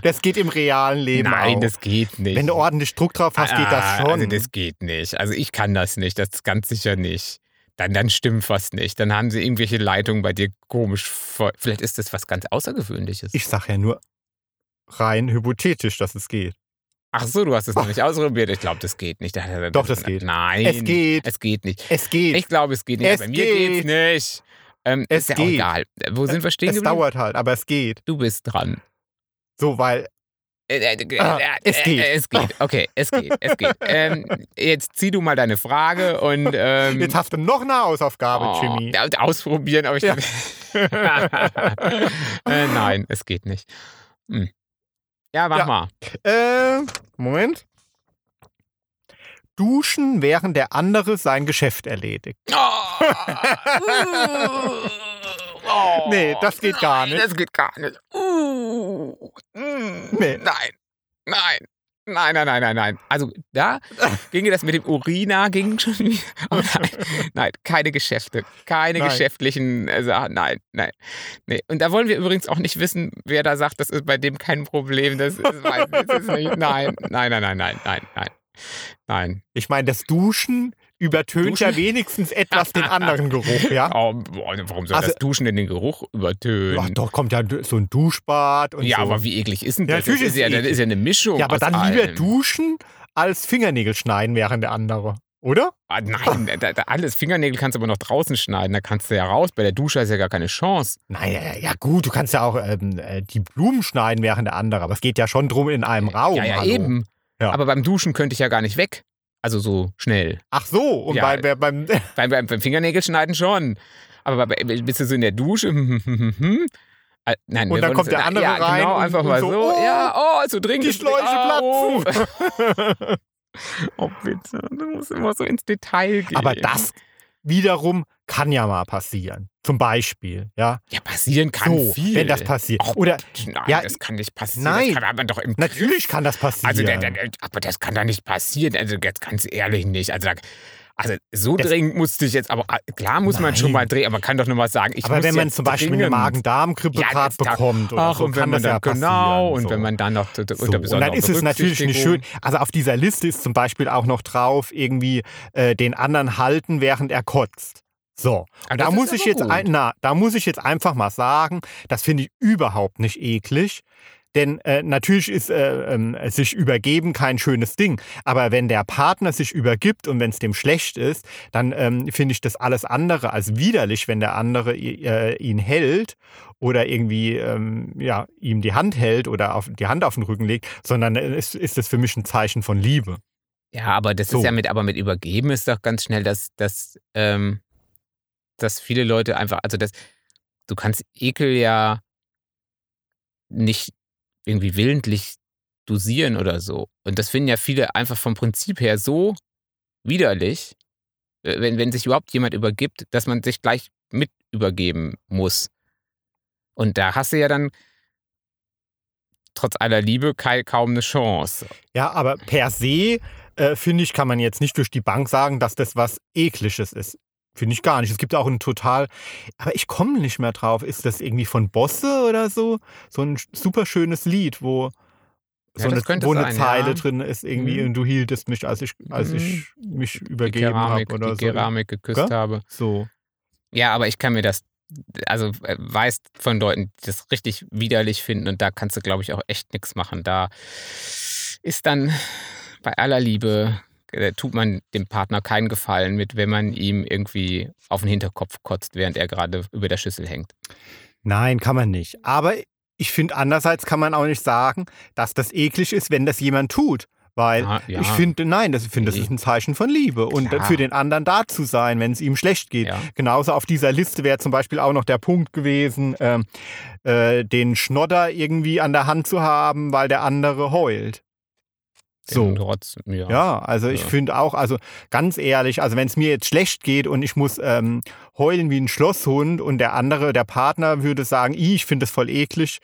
Speaker 1: das geht im realen Leben
Speaker 2: Nein,
Speaker 1: auch.
Speaker 2: das geht nicht.
Speaker 1: Wenn du ordentlich Druck drauf hast, geht das
Speaker 2: Ah,
Speaker 1: schon.
Speaker 2: Also das geht nicht. Also ich kann das nicht. Das ist ganz sicher nicht. Dann, dann stimmt was nicht. Dann haben sie irgendwelche Leitungen bei dir komisch. ver- Vielleicht ist das was ganz Außergewöhnliches.
Speaker 1: ich sage ja nur rein hypothetisch, dass es geht.
Speaker 2: Ach so, du hast es noch nicht ausprobiert. Ich glaube, das geht nicht.
Speaker 1: Doch, das geht.
Speaker 2: Nein.
Speaker 1: Es geht.
Speaker 2: Es geht nicht.
Speaker 1: Es geht.
Speaker 2: Ich glaube, es geht nicht.
Speaker 1: Es
Speaker 2: Bei mir
Speaker 1: geht.
Speaker 2: geht's nicht. Ähm,
Speaker 1: Es
Speaker 2: ist ja
Speaker 1: geht.
Speaker 2: auch egal. Wo sind wir stehen
Speaker 1: es
Speaker 2: geblieben?
Speaker 1: dauert halt, aber es geht.
Speaker 2: Du bist dran.
Speaker 1: So, weil
Speaker 2: Äh, äh, äh,
Speaker 1: Ah,
Speaker 2: äh,
Speaker 1: es
Speaker 2: äh,
Speaker 1: geht. Ah.
Speaker 2: Es geht. Okay, es geht. Es geht. ähm, jetzt zieh du mal deine Frage und ähm,
Speaker 1: jetzt hast du noch eine Hausaufgabe,
Speaker 2: oh,
Speaker 1: Jimmy.
Speaker 2: ja, und ausprobieren, ob ich.
Speaker 1: Ja.
Speaker 2: äh, nein, es geht nicht. Hm. Ja, mach
Speaker 1: Ja.
Speaker 2: mal.
Speaker 1: Äh, Moment. Duschen, während der andere sein Geschäft erledigt.
Speaker 2: Oh.
Speaker 1: Nee, das geht gar
Speaker 2: nein,
Speaker 1: nicht.
Speaker 2: Das geht gar nicht. Uh. Mm.
Speaker 1: Nee.
Speaker 2: Nein, nein. Nein, nein, nein, nein, nein. Also da ginge das mit dem Urina, ging schon wieder. Oh nein, nein, keine Geschäfte, keine
Speaker 1: Nein.
Speaker 2: geschäftlichen äh, Sachen. Nein, nein. Nee. Und da wollen wir übrigens auch nicht wissen, wer da sagt, das ist bei dem kein Problem. Das ist, das ist nicht. Nein, nein, nein, nein, nein, nein, nein. Nein.
Speaker 1: Ich meine, das Duschen übertönt ja wenigstens etwas den anderen Geruch, ja?
Speaker 2: Oh, boah, warum soll
Speaker 1: Also-
Speaker 2: das Duschen denn den Geruch übertönen?
Speaker 1: Ach, doch, kommt ja so ein Duschbad und
Speaker 2: ja,
Speaker 1: so.
Speaker 2: aber wie eklig ist denn
Speaker 1: Ja,
Speaker 2: das?
Speaker 1: natürlich
Speaker 2: das
Speaker 1: ist
Speaker 2: ist ja,
Speaker 1: es
Speaker 2: das
Speaker 1: eklig.
Speaker 2: ist ja eine Mischung.
Speaker 1: ja, aber
Speaker 2: aus
Speaker 1: dann lieber
Speaker 2: allem.
Speaker 1: duschen als Fingernägel schneiden während der andere. Oder?
Speaker 2: Ah, nein, da, da, alles. Fingernägel kannst du aber noch draußen schneiden. Da kannst du ja raus. Bei der Dusche ist ja gar keine Chance.
Speaker 1: Nein, ja, ja gut, du kannst ja auch ähm, äh, die Blumen schneiden während der andere, aber es geht ja schon drum in einem Raum.
Speaker 2: ja, ja,
Speaker 1: hallo.
Speaker 2: eben.
Speaker 1: Ja.
Speaker 2: Aber beim Duschen könnte ich ja gar nicht weg. Also so schnell.
Speaker 1: Ach so, und
Speaker 2: Ja.
Speaker 1: bei, bei, beim.
Speaker 2: Beim, beim, beim Fingernägelschneiden schon. Aber bei, bist du so in der Dusche? hm, hm, hm, hm. Ah, Nein,
Speaker 1: Und
Speaker 2: wir
Speaker 1: dann
Speaker 2: wollen
Speaker 1: kommt
Speaker 2: uns-
Speaker 1: der andere
Speaker 2: ja,
Speaker 1: rein
Speaker 2: Genau,
Speaker 1: und-
Speaker 2: einfach
Speaker 1: und
Speaker 2: mal
Speaker 1: so,
Speaker 2: so.
Speaker 1: oh,
Speaker 2: ja, oh, zu trinken.
Speaker 1: Die Schläuche
Speaker 2: Au.
Speaker 1: platzen.
Speaker 2: Oh, bitte. Du musst immer so ins Detail gehen.
Speaker 1: aber das wiederum kann ja mal passieren. Zum Beispiel, ja.
Speaker 2: Ja, passieren kann
Speaker 1: so,
Speaker 2: viel.
Speaker 1: wenn das passiert.
Speaker 2: Ach,
Speaker 1: Oder
Speaker 2: Nein,
Speaker 1: Ja,
Speaker 2: das kann nicht passieren.
Speaker 1: nein.
Speaker 2: Das kann man doch im
Speaker 1: natürlich kann das passieren.
Speaker 2: Also, der, der, der, aber das kann doch nicht passieren. Also, jetzt ganz ehrlich nicht. Also, da, also so
Speaker 1: Das-
Speaker 2: dringend musste ich jetzt, aber ah, klar muss man schon
Speaker 1: Nein.
Speaker 2: mal drehen, aber man kann doch nur mal sagen, ich
Speaker 1: aber
Speaker 2: muss
Speaker 1: wenn man
Speaker 2: jetzt
Speaker 1: zum Beispiel eine
Speaker 2: dringend.
Speaker 1: Magen-Darm-Grippe
Speaker 2: Ja,
Speaker 1: gerade
Speaker 2: das- da-
Speaker 1: bekommt oder
Speaker 2: Ach,
Speaker 1: so,
Speaker 2: und
Speaker 1: kann
Speaker 2: wenn man
Speaker 1: das ja
Speaker 2: dann, genau,
Speaker 1: passieren.
Speaker 2: und
Speaker 1: so.
Speaker 2: wenn man dann noch t- t-
Speaker 1: So,
Speaker 2: unter
Speaker 1: und dann
Speaker 2: besonderer
Speaker 1: ist es natürlich nicht schön.
Speaker 2: Berücksichtigung-
Speaker 1: Also auf dieser Liste ist zum Beispiel auch noch drauf, irgendwie äh, den anderen halten, während er kotzt. So,
Speaker 2: Ah,
Speaker 1: da
Speaker 2: das
Speaker 1: muss
Speaker 2: ist
Speaker 1: ich
Speaker 2: aber
Speaker 1: jetzt
Speaker 2: gut.
Speaker 1: ein, na, da muss ich jetzt einfach mal sagen, das finde ich überhaupt nicht eklig. Denn äh, natürlich ist äh, ähm, sich übergeben kein schönes Ding. Aber wenn der Partner sich übergibt und wenn es dem schlecht ist, dann ähm, finde ich das alles andere als widerlich, wenn der andere i- äh, ihn hält oder irgendwie ähm, ja, ihm die Hand hält oder auf, die Hand auf den Rücken legt, sondern äh, es ist das für mich ein Zeichen von Liebe.
Speaker 2: Ja, aber das
Speaker 1: So.
Speaker 2: ist ja mit, aber mit übergeben ist doch ganz schnell, dass, dass, ähm, dass viele Leute einfach, also das, du kannst Ekel ja nicht irgendwie willentlich dosieren oder so. Und das finden ja viele einfach vom Prinzip her so widerlich, äh, wenn, wenn sich überhaupt jemand übergibt, dass man sich gleich mit übergeben muss. Und da hast du ja dann trotz aller Liebe kei- kaum eine Chance.
Speaker 1: Ja, aber per se, äh, finde ich, kann man jetzt nicht durch die Bank sagen, dass das was Ekliges ist. Finde ich gar nicht. Es gibt auch einen total, aber ich komme nicht mehr drauf. Ist das irgendwie von Bosse oder so? So ein super schönes Lied, wo
Speaker 2: Ja,
Speaker 1: so
Speaker 2: das
Speaker 1: eine,
Speaker 2: könnte
Speaker 1: wo eine
Speaker 2: sein,
Speaker 1: Zeile
Speaker 2: ja.
Speaker 1: drin ist, irgendwie,
Speaker 2: Mhm.
Speaker 1: und du hieltest mich, als ich, als ich mich
Speaker 2: die
Speaker 1: übergeben habe
Speaker 2: Keramik,
Speaker 1: oder
Speaker 2: die Keramik geküsst
Speaker 1: Gell?
Speaker 2: habe.
Speaker 1: so.
Speaker 2: Ja, aber ich kann mir das, also äh, weiß von Leuten, die das richtig widerlich finden und da kannst du, glaube ich, auch echt nichts machen. Da ist dann bei aller Liebe, äh, tut man dem Partner keinen Gefallen mit, wenn man ihm irgendwie auf den Hinterkopf kotzt, während er gerade über der Schüssel hängt.
Speaker 1: Nein, kann man nicht. Aber ich finde, andererseits kann man auch nicht sagen, dass das eklig ist, wenn das jemand tut. Weil
Speaker 2: Ah, ja.
Speaker 1: ich finde, nein, das, ich finde, das
Speaker 2: Nee.
Speaker 1: ist ein Zeichen von Liebe. Und
Speaker 2: Klar.
Speaker 1: für den anderen da zu sein, wenn es ihm schlecht geht.
Speaker 2: Ja.
Speaker 1: Genauso auf dieser Liste wäre zum Beispiel auch noch der Punkt gewesen, ähm, äh, den Schnodder irgendwie an der Hand zu haben, weil der andere heult. So.
Speaker 2: Trotz, ja.
Speaker 1: Ja, also ich
Speaker 2: Ja.
Speaker 1: finde auch, also ganz ehrlich, also wenn es mir jetzt schlecht geht und ich muss ähm, heulen wie ein Schlosshund und der andere, der Partner würde sagen, "Ih, ich finde das voll eklig,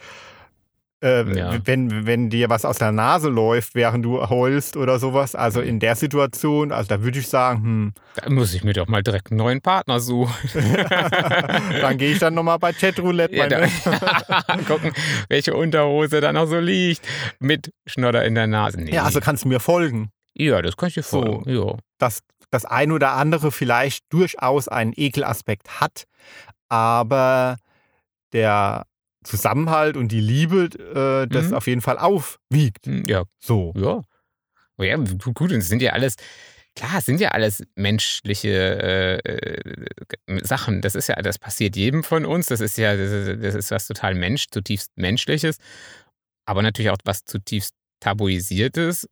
Speaker 1: äh,
Speaker 2: Ja.
Speaker 1: wenn, wenn dir was aus der Nase läuft, während du heulst oder sowas. Also
Speaker 2: Mhm.
Speaker 1: in der Situation, also da würde ich sagen,
Speaker 2: Da muss ich mir doch mal direkt einen neuen Partner suchen.
Speaker 1: hm, dann gehe ich dann nochmal bei Chatroulette.
Speaker 2: Ja,
Speaker 1: meine-
Speaker 2: da, gucken, welche Unterhose da noch so liegt. Mit Schnodder in der Nase. Nee.
Speaker 1: ja, also kannst du mir folgen,
Speaker 2: ja das kann ich dir
Speaker 1: So.
Speaker 2: folgen. Ja.
Speaker 1: dass das ein oder andere vielleicht durchaus einen Ekelaspekt hat, aber der Zusammenhalt und die Liebe äh, das
Speaker 2: Mhm.
Speaker 1: auf jeden Fall aufwiegt.
Speaker 2: Hm, ja,
Speaker 1: So.
Speaker 2: ja. Oh ja, gut, gut, und es sind ja alles, klar, es sind ja alles menschliche äh, äh, Sachen. Das ist ja, das passiert jedem von uns. Das ist ja, das ist, das ist was total Mensch, zutiefst Menschliches, aber natürlich auch was zutiefst Tabuisiertes,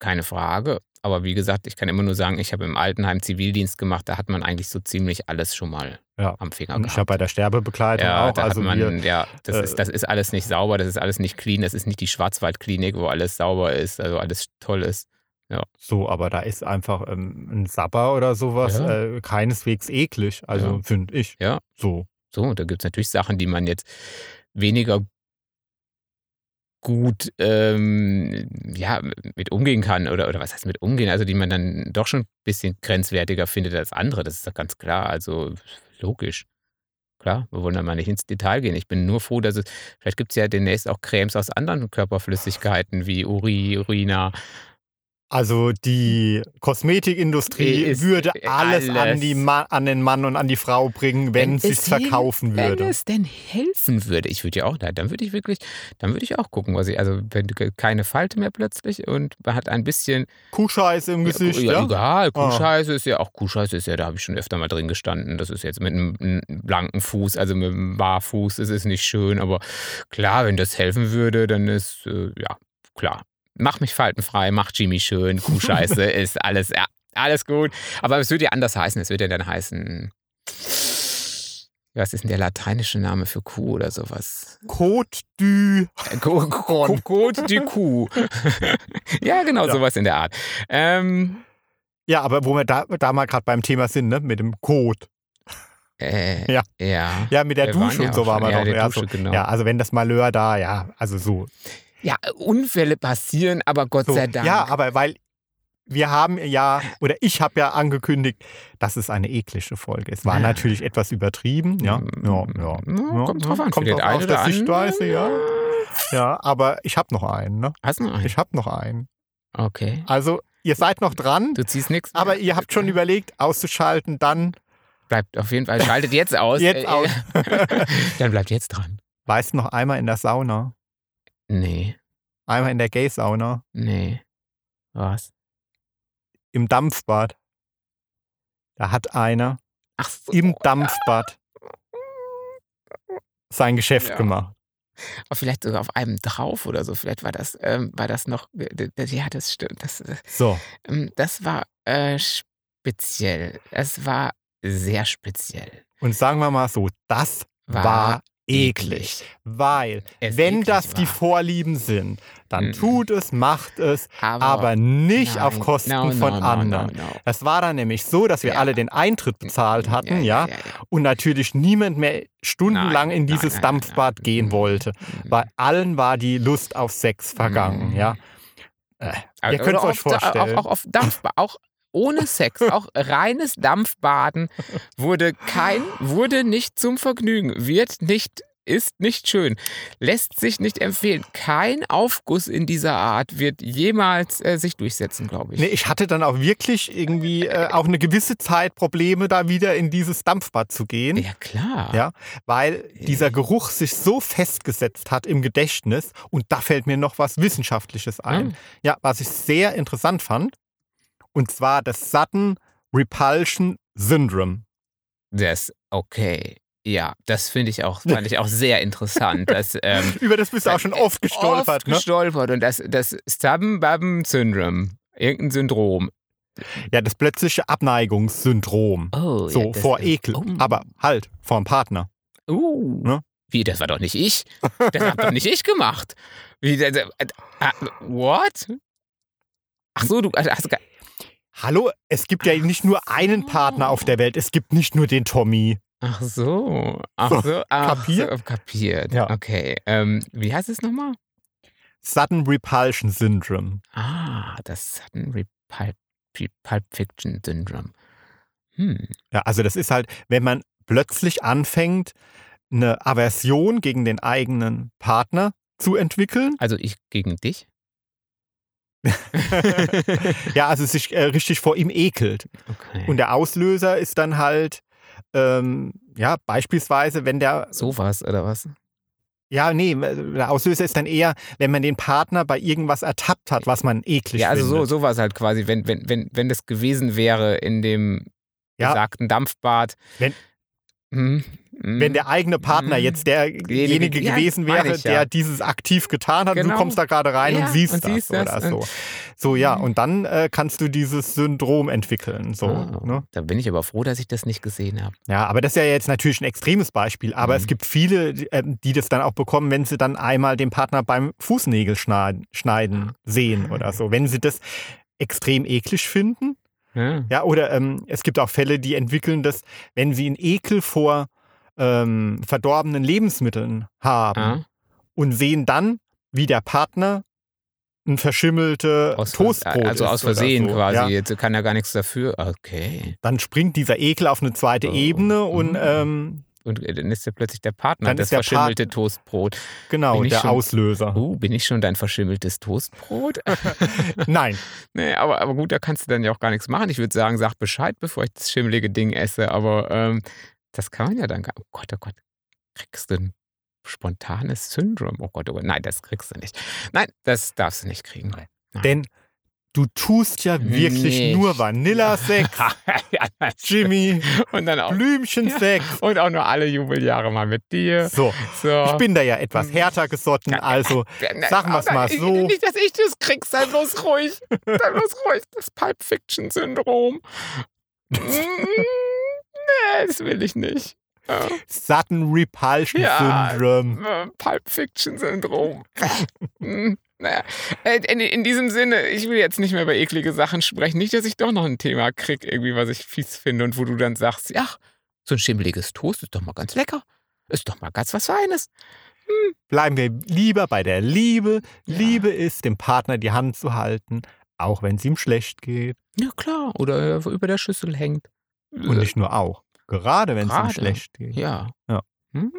Speaker 2: keine Frage. Aber wie gesagt, ich kann immer nur sagen, ich habe im Altenheim Zivildienst gemacht, da hat man eigentlich so ziemlich alles schon mal
Speaker 1: Ja.
Speaker 2: am Finger
Speaker 1: Und
Speaker 2: gehabt.
Speaker 1: ich habe bei der Sterbebegleitung
Speaker 2: Ja,
Speaker 1: auch.
Speaker 2: da
Speaker 1: Also
Speaker 2: hat man,
Speaker 1: wir,
Speaker 2: ja, das,
Speaker 1: äh,
Speaker 2: ist, das ist alles nicht sauber, das ist alles nicht clean, das ist nicht die Schwarzwaldklinik, wo alles sauber ist, also alles toll ist.
Speaker 1: so, aber da ist einfach ähm, ein Sapper oder sowas
Speaker 2: Ja.
Speaker 1: äh, keineswegs eklig. Also
Speaker 2: Ja.
Speaker 1: finde ich.
Speaker 2: Ja.
Speaker 1: So.
Speaker 2: So, und da gibt es natürlich Sachen, die man jetzt weniger gut ähm, ja, mit umgehen kann oder, oder was heißt mit umgehen, also die man dann doch schon ein bisschen grenzwertiger findet als andere, das ist doch ganz klar, also logisch. Klar, wir wollen da mal nicht ins Detail gehen. Ich bin nur froh, dass es, vielleicht gibt es ja demnächst auch Cremes aus anderen Körperflüssigkeiten wie Uri, Urina.
Speaker 1: Also die Kosmetikindustrie
Speaker 2: Äh, Ist
Speaker 1: würde alles, An,
Speaker 2: alles.
Speaker 1: die Ma an den Mann und an die Frau bringen, wenn, sie es
Speaker 2: hin-
Speaker 1: verkaufen würde.
Speaker 2: Wenn es denn helfen würde, ich würde ja auch, dann würde ich wirklich, dann würde ich auch gucken, was ich, also wenn du ke- keine Falte mehr plötzlich und man hat ein bisschen
Speaker 1: Kuhscheiße im Gesicht,
Speaker 2: ja,
Speaker 1: ja?
Speaker 2: egal, Kuhscheiße ist ja auch Kuhscheiße ist ja, da habe ich schon öfter mal drin gestanden. Das ist jetzt mit einem, einem blanken Fuß, also mit einem Barfuß, das ist nicht schön, aber klar, wenn das helfen würde, dann ist äh, ja klar. Mach mich faltenfrei, mach Jimmy schön, Kuhscheiße ist alles, ja, alles gut. Aber es würde ja anders heißen, es würde ja dann heißen. Was ist denn der lateinische Name für Kuh oder sowas?
Speaker 1: Côte du. Korn.
Speaker 2: Code du Kuh. ja, genau,
Speaker 1: Ja.
Speaker 2: sowas in der Art. Ähm,
Speaker 1: Ja, aber wo wir da, da mal gerade beim Thema sind, ne? Mit dem Code.
Speaker 2: Äh,
Speaker 1: Ja.
Speaker 2: ja. Ja.
Speaker 1: Ja, mit der
Speaker 2: Wir
Speaker 1: Dusche
Speaker 2: waren ja
Speaker 1: und so
Speaker 2: auch
Speaker 1: waren
Speaker 2: schon-
Speaker 1: wir
Speaker 2: ja,
Speaker 1: doch.
Speaker 2: der
Speaker 1: Ja,
Speaker 2: Dusche,
Speaker 1: so,
Speaker 2: genau.
Speaker 1: ja, also wenn das Malheur da, ja, also so.
Speaker 2: Ja, Unfälle passieren, aber Gott
Speaker 1: so.
Speaker 2: sei Dank.
Speaker 1: Ja, aber weil wir haben ja, oder ich habe ja angekündigt, dass es eine eklige Folge ist. War
Speaker 2: Ja. Mm.
Speaker 1: natürlich etwas übertrieben, ja. Ja, ja. ja.
Speaker 2: Hm, Kommt drauf an.
Speaker 1: Kommt
Speaker 2: Für
Speaker 1: drauf an,
Speaker 2: den einen
Speaker 1: auf
Speaker 2: oder
Speaker 1: das
Speaker 2: anderen-
Speaker 1: Sichtweise, ja. Ja, aber ich habe noch einen, ne?
Speaker 2: Hast du noch einen?
Speaker 1: Ich habe noch einen.
Speaker 2: Okay.
Speaker 1: Also, ihr seid noch dran,
Speaker 2: Du ziehst nichts.
Speaker 1: aber ihr habt schon überlegt, auszuschalten, dann
Speaker 2: Bleibt auf jeden Fall. Schaltet jetzt aus. Äh,
Speaker 1: Jetzt aus.
Speaker 2: Dann bleibt jetzt dran.
Speaker 1: weißt noch einmal in der Sauna,
Speaker 2: Nee.
Speaker 1: einmal in der Gay-Sauna,
Speaker 2: Nee. Was?
Speaker 1: im Dampfbad. Da hat einer
Speaker 2: Ach so.
Speaker 1: im Dampfbad sein Geschäft
Speaker 2: Ja.
Speaker 1: gemacht.
Speaker 2: Aber oh, Vielleicht sogar auf einem drauf oder so. Vielleicht war das, ähm, war das noch. Ja, das stimmt. Das,
Speaker 1: So,
Speaker 2: Ähm, Das war äh, speziell. Es war sehr speziell.
Speaker 1: und sagen wir mal so, das war, eklig. Weil,
Speaker 2: Es
Speaker 1: wenn
Speaker 2: eklig
Speaker 1: das die
Speaker 2: war.
Speaker 1: Vorlieben sind, dann
Speaker 2: Mhm. Oh,
Speaker 1: tut es, macht es, aber nicht auf
Speaker 2: nein.
Speaker 1: Kosten
Speaker 2: No, no,
Speaker 1: von
Speaker 2: no, no,
Speaker 1: anderen.
Speaker 2: no.
Speaker 1: Das war dann nämlich so, dass wir
Speaker 2: Ja.
Speaker 1: alle den Eintritt bezahlt hatten, ja,
Speaker 2: ja, ja.
Speaker 1: und natürlich niemand mehr stundenlang
Speaker 2: Nein,
Speaker 1: in
Speaker 2: nein,
Speaker 1: dieses
Speaker 2: nein, nein,
Speaker 1: Dampfbad
Speaker 2: nein.
Speaker 1: gehen wollte.
Speaker 2: Mhm.
Speaker 1: Bei allen war die Lust auf Sex vergangen,
Speaker 2: Mhm.
Speaker 1: ja.
Speaker 2: Aber-
Speaker 1: ihr könnt's
Speaker 2: aber
Speaker 1: euch
Speaker 2: auf-
Speaker 1: vorstellen.
Speaker 2: Auch, auch auf Dampfbad, auch ohne Sex, auch reines Dampfbaden wurde kein, wurde nicht zum Vergnügen, wird nicht, ist nicht schön, lässt sich nicht empfehlen. Kein Aufguss in dieser Art wird jemals äh, sich durchsetzen, glaube ich.
Speaker 1: Nee, ich hatte dann auch wirklich irgendwie äh, auch eine gewisse Zeit Probleme, da wieder in dieses Dampfbad zu gehen.
Speaker 2: Ja, klar.
Speaker 1: Hm? Ja, weil dieser Geruch sich so festgesetzt hat im Gedächtnis und da fällt mir noch was Wissenschaftliches ein.
Speaker 2: Ah.
Speaker 1: Ja, was ich sehr interessant fand und zwar das Sudden Repulsion Syndrome.
Speaker 2: Das, okay. Ja, das finde ich auch, fand ich auch sehr interessant. Das, ähm,
Speaker 1: Über das bist du auch schon oft gestolpert, ne?
Speaker 2: Oft gestolpert. Und das, das Stubben-Babben-Syndrom. Irgendein Syndrom.
Speaker 1: ne? Ja, das plötzliche Abneigungssyndrom.
Speaker 2: Oh,
Speaker 1: so,
Speaker 2: ja, das
Speaker 1: vor
Speaker 2: ist-
Speaker 1: Ekel.
Speaker 2: oh.
Speaker 1: Aber halt, vor dem Partner.
Speaker 2: Uh.
Speaker 1: Ne?
Speaker 2: Wie, das war doch nicht ich. Das hab doch nicht ich gemacht. Wie, das, äh, äh, what? Ach so, du also, hast gar,
Speaker 1: Hallo, es gibt ja nicht nur einen Partner auf der Welt, es gibt nicht nur den Tommy.
Speaker 2: Ach so. Ach so. Ach
Speaker 1: kapiert?
Speaker 2: So, kapiert.
Speaker 1: Ja.
Speaker 2: Okay. Ähm, wie heißt es nochmal?
Speaker 1: Sudden Repulsion Syndrome.
Speaker 2: Ah, das Sudden Repul Pulp Fiction Syndrome. Hm.
Speaker 1: Ja, also das ist halt, wenn man plötzlich anfängt, eine Aversion gegen den eigenen Partner zu entwickeln.
Speaker 2: Also ich gegen dich?
Speaker 1: ja, also sich äh, richtig vor ihm ekelt.
Speaker 2: Okay.
Speaker 1: Und der Auslöser ist dann halt, ähm, ja, beispielsweise, wenn der,
Speaker 2: sowas oder was?
Speaker 1: ja, nee, äh, der Auslöser ist dann eher, wenn man den Partner bei irgendwas ertappt hat, was man eklig
Speaker 2: ja, also so,
Speaker 1: findet.
Speaker 2: sowas halt quasi, wenn, wenn, wenn, wenn das gewesen wäre in dem
Speaker 1: Ja.
Speaker 2: besagten Dampfbad.
Speaker 1: Wenn-
Speaker 2: Hm, hm.
Speaker 1: Wenn der eigene Partner
Speaker 2: Mhm.
Speaker 1: jetzt derjenige
Speaker 2: Ja,
Speaker 1: gewesen
Speaker 2: meine
Speaker 1: wäre,
Speaker 2: ich ja.
Speaker 1: der dieses aktiv getan hat, du
Speaker 2: Genau.
Speaker 1: kommst da gerade rein
Speaker 2: Ja,
Speaker 1: und siehst
Speaker 2: und
Speaker 1: das
Speaker 2: siehst
Speaker 1: oder
Speaker 2: das
Speaker 1: so.
Speaker 2: und-
Speaker 1: So ja,
Speaker 2: Mhm.
Speaker 1: und dann äh, kannst du dieses Syndrom entwickeln. So,
Speaker 2: Ah,
Speaker 1: ne?
Speaker 2: Da bin ich aber froh, dass ich das nicht gesehen habe.
Speaker 1: Ja, aber das ist ja jetzt natürlich ein extremes Beispiel. Aber
Speaker 2: Mhm.
Speaker 1: es gibt viele, die, ähm, die das dann auch bekommen, wenn sie dann einmal den Partner beim Fußnägel schneiden,
Speaker 2: Ah.
Speaker 1: schneiden sehen oder so. Wenn sie das extrem eklig finden.
Speaker 2: Ja.
Speaker 1: Ja, oder ähm, es gibt auch Fälle, die entwickeln das, wenn sie einen Ekel vor ähm, verdorbenen Lebensmitteln haben
Speaker 2: Ah,
Speaker 1: und sehen dann, wie der Partner ein verschimmelte
Speaker 2: aus,
Speaker 1: Äh, Toastbrot
Speaker 2: also
Speaker 1: ist
Speaker 2: aus
Speaker 1: oder
Speaker 2: Versehen
Speaker 1: so.
Speaker 2: quasi.
Speaker 1: Ja,
Speaker 2: Jetzt kann er gar nichts dafür. Okay.
Speaker 1: dann springt dieser Ekel auf eine zweite
Speaker 2: Oh.
Speaker 1: Ebene und
Speaker 2: Mhm.
Speaker 1: ähm,
Speaker 2: und dann ist er plötzlich der Partner,
Speaker 1: Dann
Speaker 2: das
Speaker 1: ist der
Speaker 2: verschimmelte Toastbrot.
Speaker 1: Genau,
Speaker 2: Bin ich
Speaker 1: der
Speaker 2: schon-
Speaker 1: Auslöser.
Speaker 2: Oh, bin ich schon dein verschimmeltes Toastbrot?
Speaker 1: Nein,
Speaker 2: nee, aber, aber gut, da kannst du dann ja auch gar nichts machen. Ich würde sagen, sag Bescheid, bevor ich das schimmelige Ding esse. Aber ähm, das kann man ja dann gar Oh Gott, oh Gott, kriegst du ein spontanes Syndrom? Oh Gott, oh Gott, nein, das kriegst du nicht. Nein, das darfst du nicht kriegen.
Speaker 1: denn du tust ja wirklich
Speaker 2: Nicht.
Speaker 1: nur Vanillasekt,
Speaker 2: Ja, das-
Speaker 1: Jimmy,
Speaker 2: und dann auch.
Speaker 1: Blümchensekt.
Speaker 2: Und auch nur alle Jubeljahre mal mit dir.
Speaker 1: So,
Speaker 2: So.
Speaker 1: ich bin da ja etwas
Speaker 2: Mhm.
Speaker 1: härter gesotten, also Sagen wir's mal
Speaker 2: Ich-
Speaker 1: so.
Speaker 2: Nicht, dass ich das krieg, sei bloß ruhig. Sei bloß ruhig. Das Pulp Fiction Syndrom. Mm, nee, das will ich nicht. Äh,
Speaker 1: Sudden Repulsion
Speaker 2: Ja.
Speaker 1: Syndrome.
Speaker 2: äh, Pulp Fiction Syndrom. Mm, naja. Äh, In, in diesem Sinne, ich will jetzt nicht mehr über eklige Sachen sprechen. Nicht, dass ich doch noch ein Thema krieg, irgendwie, was ich fies finde und wo du dann sagst, ach, so ein schimmeliges Toast ist doch mal ganz lecker. Ist doch mal ganz was Feines.
Speaker 1: Bleiben wir lieber bei der Liebe. Liebe ist, dem Partner die Hand zu halten, auch wenn es ihm schlecht geht.
Speaker 2: Ja, klar. Oder äh, über der Schüssel hängt.
Speaker 1: Und nicht nur auch. Gerade wenn es ihm
Speaker 2: Gerade.
Speaker 1: schlecht geht.
Speaker 2: Ja.
Speaker 1: Ja.
Speaker 2: Hm?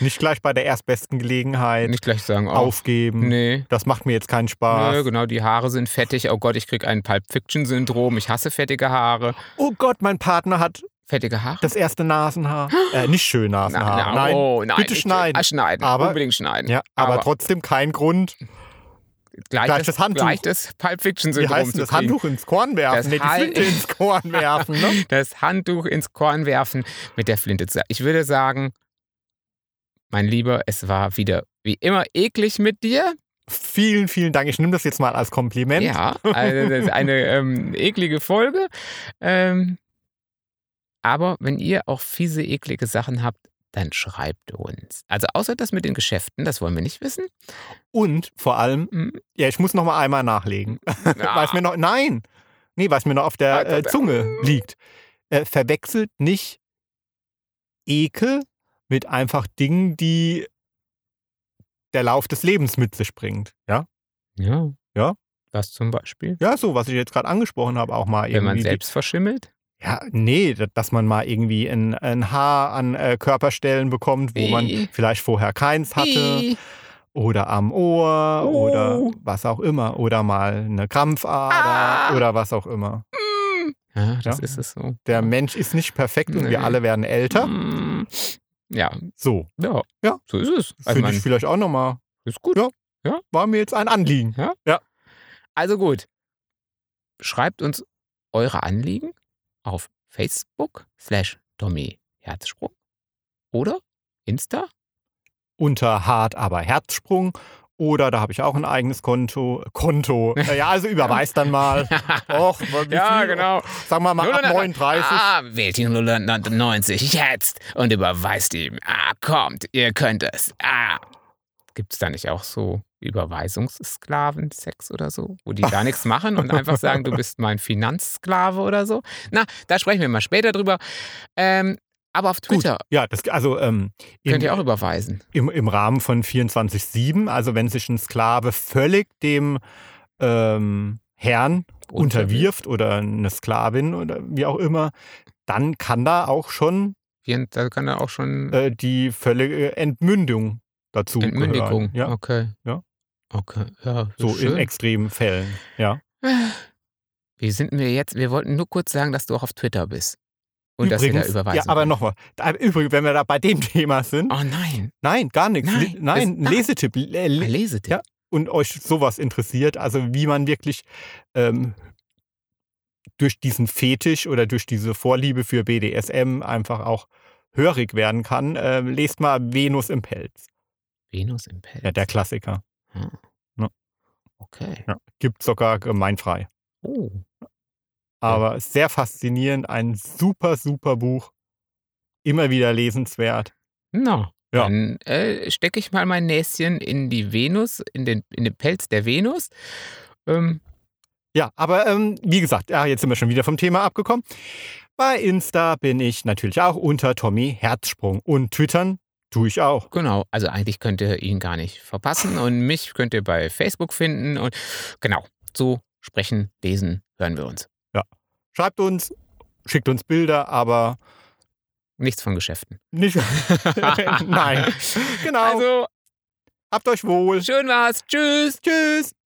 Speaker 1: Nicht gleich bei der erstbesten Gelegenheit
Speaker 2: Nicht gleich sagen, oh,
Speaker 1: aufgeben.
Speaker 2: Nee.
Speaker 1: Das macht mir jetzt keinen Spaß.
Speaker 2: Nö, genau, die Haare sind fettig. Oh Gott, ich krieg ein Pulp Fiction Syndrom. Ich hasse fettige Haare.
Speaker 1: Oh Gott, mein Partner hat
Speaker 2: Fettige Haare?
Speaker 1: das erste Nasenhaar. Äh, nicht schön Nasenhaar.
Speaker 2: Na, na,
Speaker 1: Nein.
Speaker 2: Oh, nein.
Speaker 1: Bitte
Speaker 2: ich-
Speaker 1: schneiden.
Speaker 2: Ah, schneiden.
Speaker 1: Aber-
Speaker 2: Unbedingt schneiden.
Speaker 1: Ja, aber,
Speaker 2: aber-
Speaker 1: trotzdem kein Grund, gleich das Handtuch.
Speaker 2: Gleich das Pulp Fiction
Speaker 1: wie
Speaker 2: Syndrom
Speaker 1: heißt
Speaker 2: zu
Speaker 1: das
Speaker 2: kriegen.
Speaker 1: Handtuch ins Korn werfen.
Speaker 2: Das
Speaker 1: nee, die
Speaker 2: Hal-
Speaker 1: Flinte ins Korn werfen. Ne?
Speaker 2: Das Handtuch ins Korn werfen mit der Flinte. zu- Ich würde sagen, mein Lieber, es war wieder wie immer eklig mit dir.
Speaker 1: Vielen, vielen Dank. Ich nehme das jetzt mal als Kompliment.
Speaker 2: Ja, also das ist eine ähm, eklige Folge. Ähm, aber wenn ihr auch fiese, eklige Sachen habt, dann schreibt uns. Also außer das mit den Geschäften, das wollen wir nicht wissen.
Speaker 1: Und vor allem,
Speaker 2: Mhm.
Speaker 1: ja, ich muss noch mal einmal nachlegen.
Speaker 2: Ah,
Speaker 1: Was mir noch, nein, nee, was mir noch auf der
Speaker 2: Alter,
Speaker 1: äh,
Speaker 2: der-
Speaker 1: Zunge liegt. Äh, verwechselt nicht Ekel mit einfach Dingen, die der Lauf des Lebens mit sich bringt. Ja,
Speaker 2: ja.
Speaker 1: Ja.
Speaker 2: Was zum Beispiel?
Speaker 1: ja so, was ich jetzt gerade angesprochen habe, auch mal
Speaker 2: Wenn man
Speaker 1: irgendwie.
Speaker 2: selbst verschimmelt?
Speaker 1: ja, nee, da- dass man mal irgendwie ein, ein Haar an äh, Körperstellen bekommt, wo man
Speaker 2: Ih.
Speaker 1: vielleicht vorher keins hatte.
Speaker 2: Ih.
Speaker 1: oder am Ohr
Speaker 2: Oh.
Speaker 1: oder was auch immer oder mal eine Krampfader
Speaker 2: Ah.
Speaker 1: oder was auch immer.
Speaker 2: Ja, das
Speaker 1: Ja.
Speaker 2: ist es so.
Speaker 1: Der Mensch ist nicht perfekt und
Speaker 2: Ah. Nee.
Speaker 1: wir alle werden älter.
Speaker 2: Mm, Ja,
Speaker 1: So,
Speaker 2: ja,
Speaker 1: Ja.
Speaker 2: so ist es. Also
Speaker 1: finde
Speaker 2: man
Speaker 1: ich vielleicht auch nochmal.
Speaker 2: ist gut.
Speaker 1: Ja. War mir jetzt ein Anliegen.
Speaker 2: Also gut, schreibt uns eure Anliegen auf Facebook slash Tommy Herzsprung oder Insta.
Speaker 1: Unter Hart aber Herzsprung. Oder da habe ich auch ein eigenes Konto. Konto. Ja, also überweist dann mal.
Speaker 2: Oh,
Speaker 1: Och, wie viel?
Speaker 2: genau.
Speaker 1: Sagen wir mal ab 39.
Speaker 2: Ah, wählt die 090 jetzt und überweist ihm. Ah, kommt, ihr könnt es. Ah. Gibt es da nicht auch so Überweisungssklaven-Sex oder so, wo die gar nichts machen und einfach sagen, du bist mein Finanzsklave oder so? Na, da sprechen wir mal später drüber. Ähm, aber auf Twitter
Speaker 1: Ja, das, also ähm,
Speaker 2: könnt
Speaker 1: in,
Speaker 2: ihr auch überweisen.
Speaker 1: im, im Rahmen von 24-7, also wenn sich ein Sklave völlig dem ähm, Herrn unterwirft oder eine Sklavin oder wie auch immer, dann kann da auch schon
Speaker 2: Vier- Da kann er auch schon
Speaker 1: äh, die völlige Entmündung dazu
Speaker 2: Entmündigung.
Speaker 1: gehören. Ja,
Speaker 2: Okay.
Speaker 1: Ja.
Speaker 2: Okay. Ja,
Speaker 1: so in
Speaker 2: schön.
Speaker 1: extremen Fällen. Ja.
Speaker 2: Wie sind wir jetzt? Wir wollten nur kurz sagen, dass du auch auf Twitter bist. Und dass wir da überweisen.
Speaker 1: ja, aber
Speaker 2: können.
Speaker 1: nochmal. Da- Übrigens, wenn wir da bei dem Thema sind,
Speaker 2: Oh nein,
Speaker 1: nein, gar nichts.
Speaker 2: Nein,
Speaker 1: Li- Nein,
Speaker 2: das-
Speaker 1: Lesetipp. Le-
Speaker 2: ein
Speaker 1: le-
Speaker 2: Lesetipp.
Speaker 1: Ja. Und euch sowas interessiert, also wie man wirklich ähm, durch diesen Fetisch oder durch diese Vorliebe für BDSM einfach auch hörig werden kann, ähm, lest mal Venus im Pelz.
Speaker 2: Venus im Pelz.
Speaker 1: Ja, der Klassiker.
Speaker 2: Okay.
Speaker 1: Ja. Gibt sogar gemeinfrei.
Speaker 2: Oh.
Speaker 1: Aber sehr faszinierend, ein super, super Buch. Immer wieder lesenswert.
Speaker 2: Na.
Speaker 1: Ja.
Speaker 2: Dann äh, stecke ich mal mein Näschen in die Venus, in den, in den Pelz der Venus. Ähm,
Speaker 1: Ja, aber ähm, wie gesagt, ja, jetzt sind wir schon wieder vom Thema abgekommen. Bei Insta bin ich natürlich auch unter Tommy Herzsprung und Twittern tue ich auch.
Speaker 2: genau, also eigentlich könnt ihr ihn gar nicht verpassen und mich könnt ihr bei Facebook finden. Und genau, so sprechen, lesen, hören wir uns.
Speaker 1: Schreibt uns, schickt uns Bilder, aber
Speaker 2: Nichts von Geschäften.
Speaker 1: Nicht. Nein. Genau.
Speaker 2: Also,
Speaker 1: Habt euch wohl.
Speaker 2: schön war's. Tschüss.
Speaker 1: Tschüss.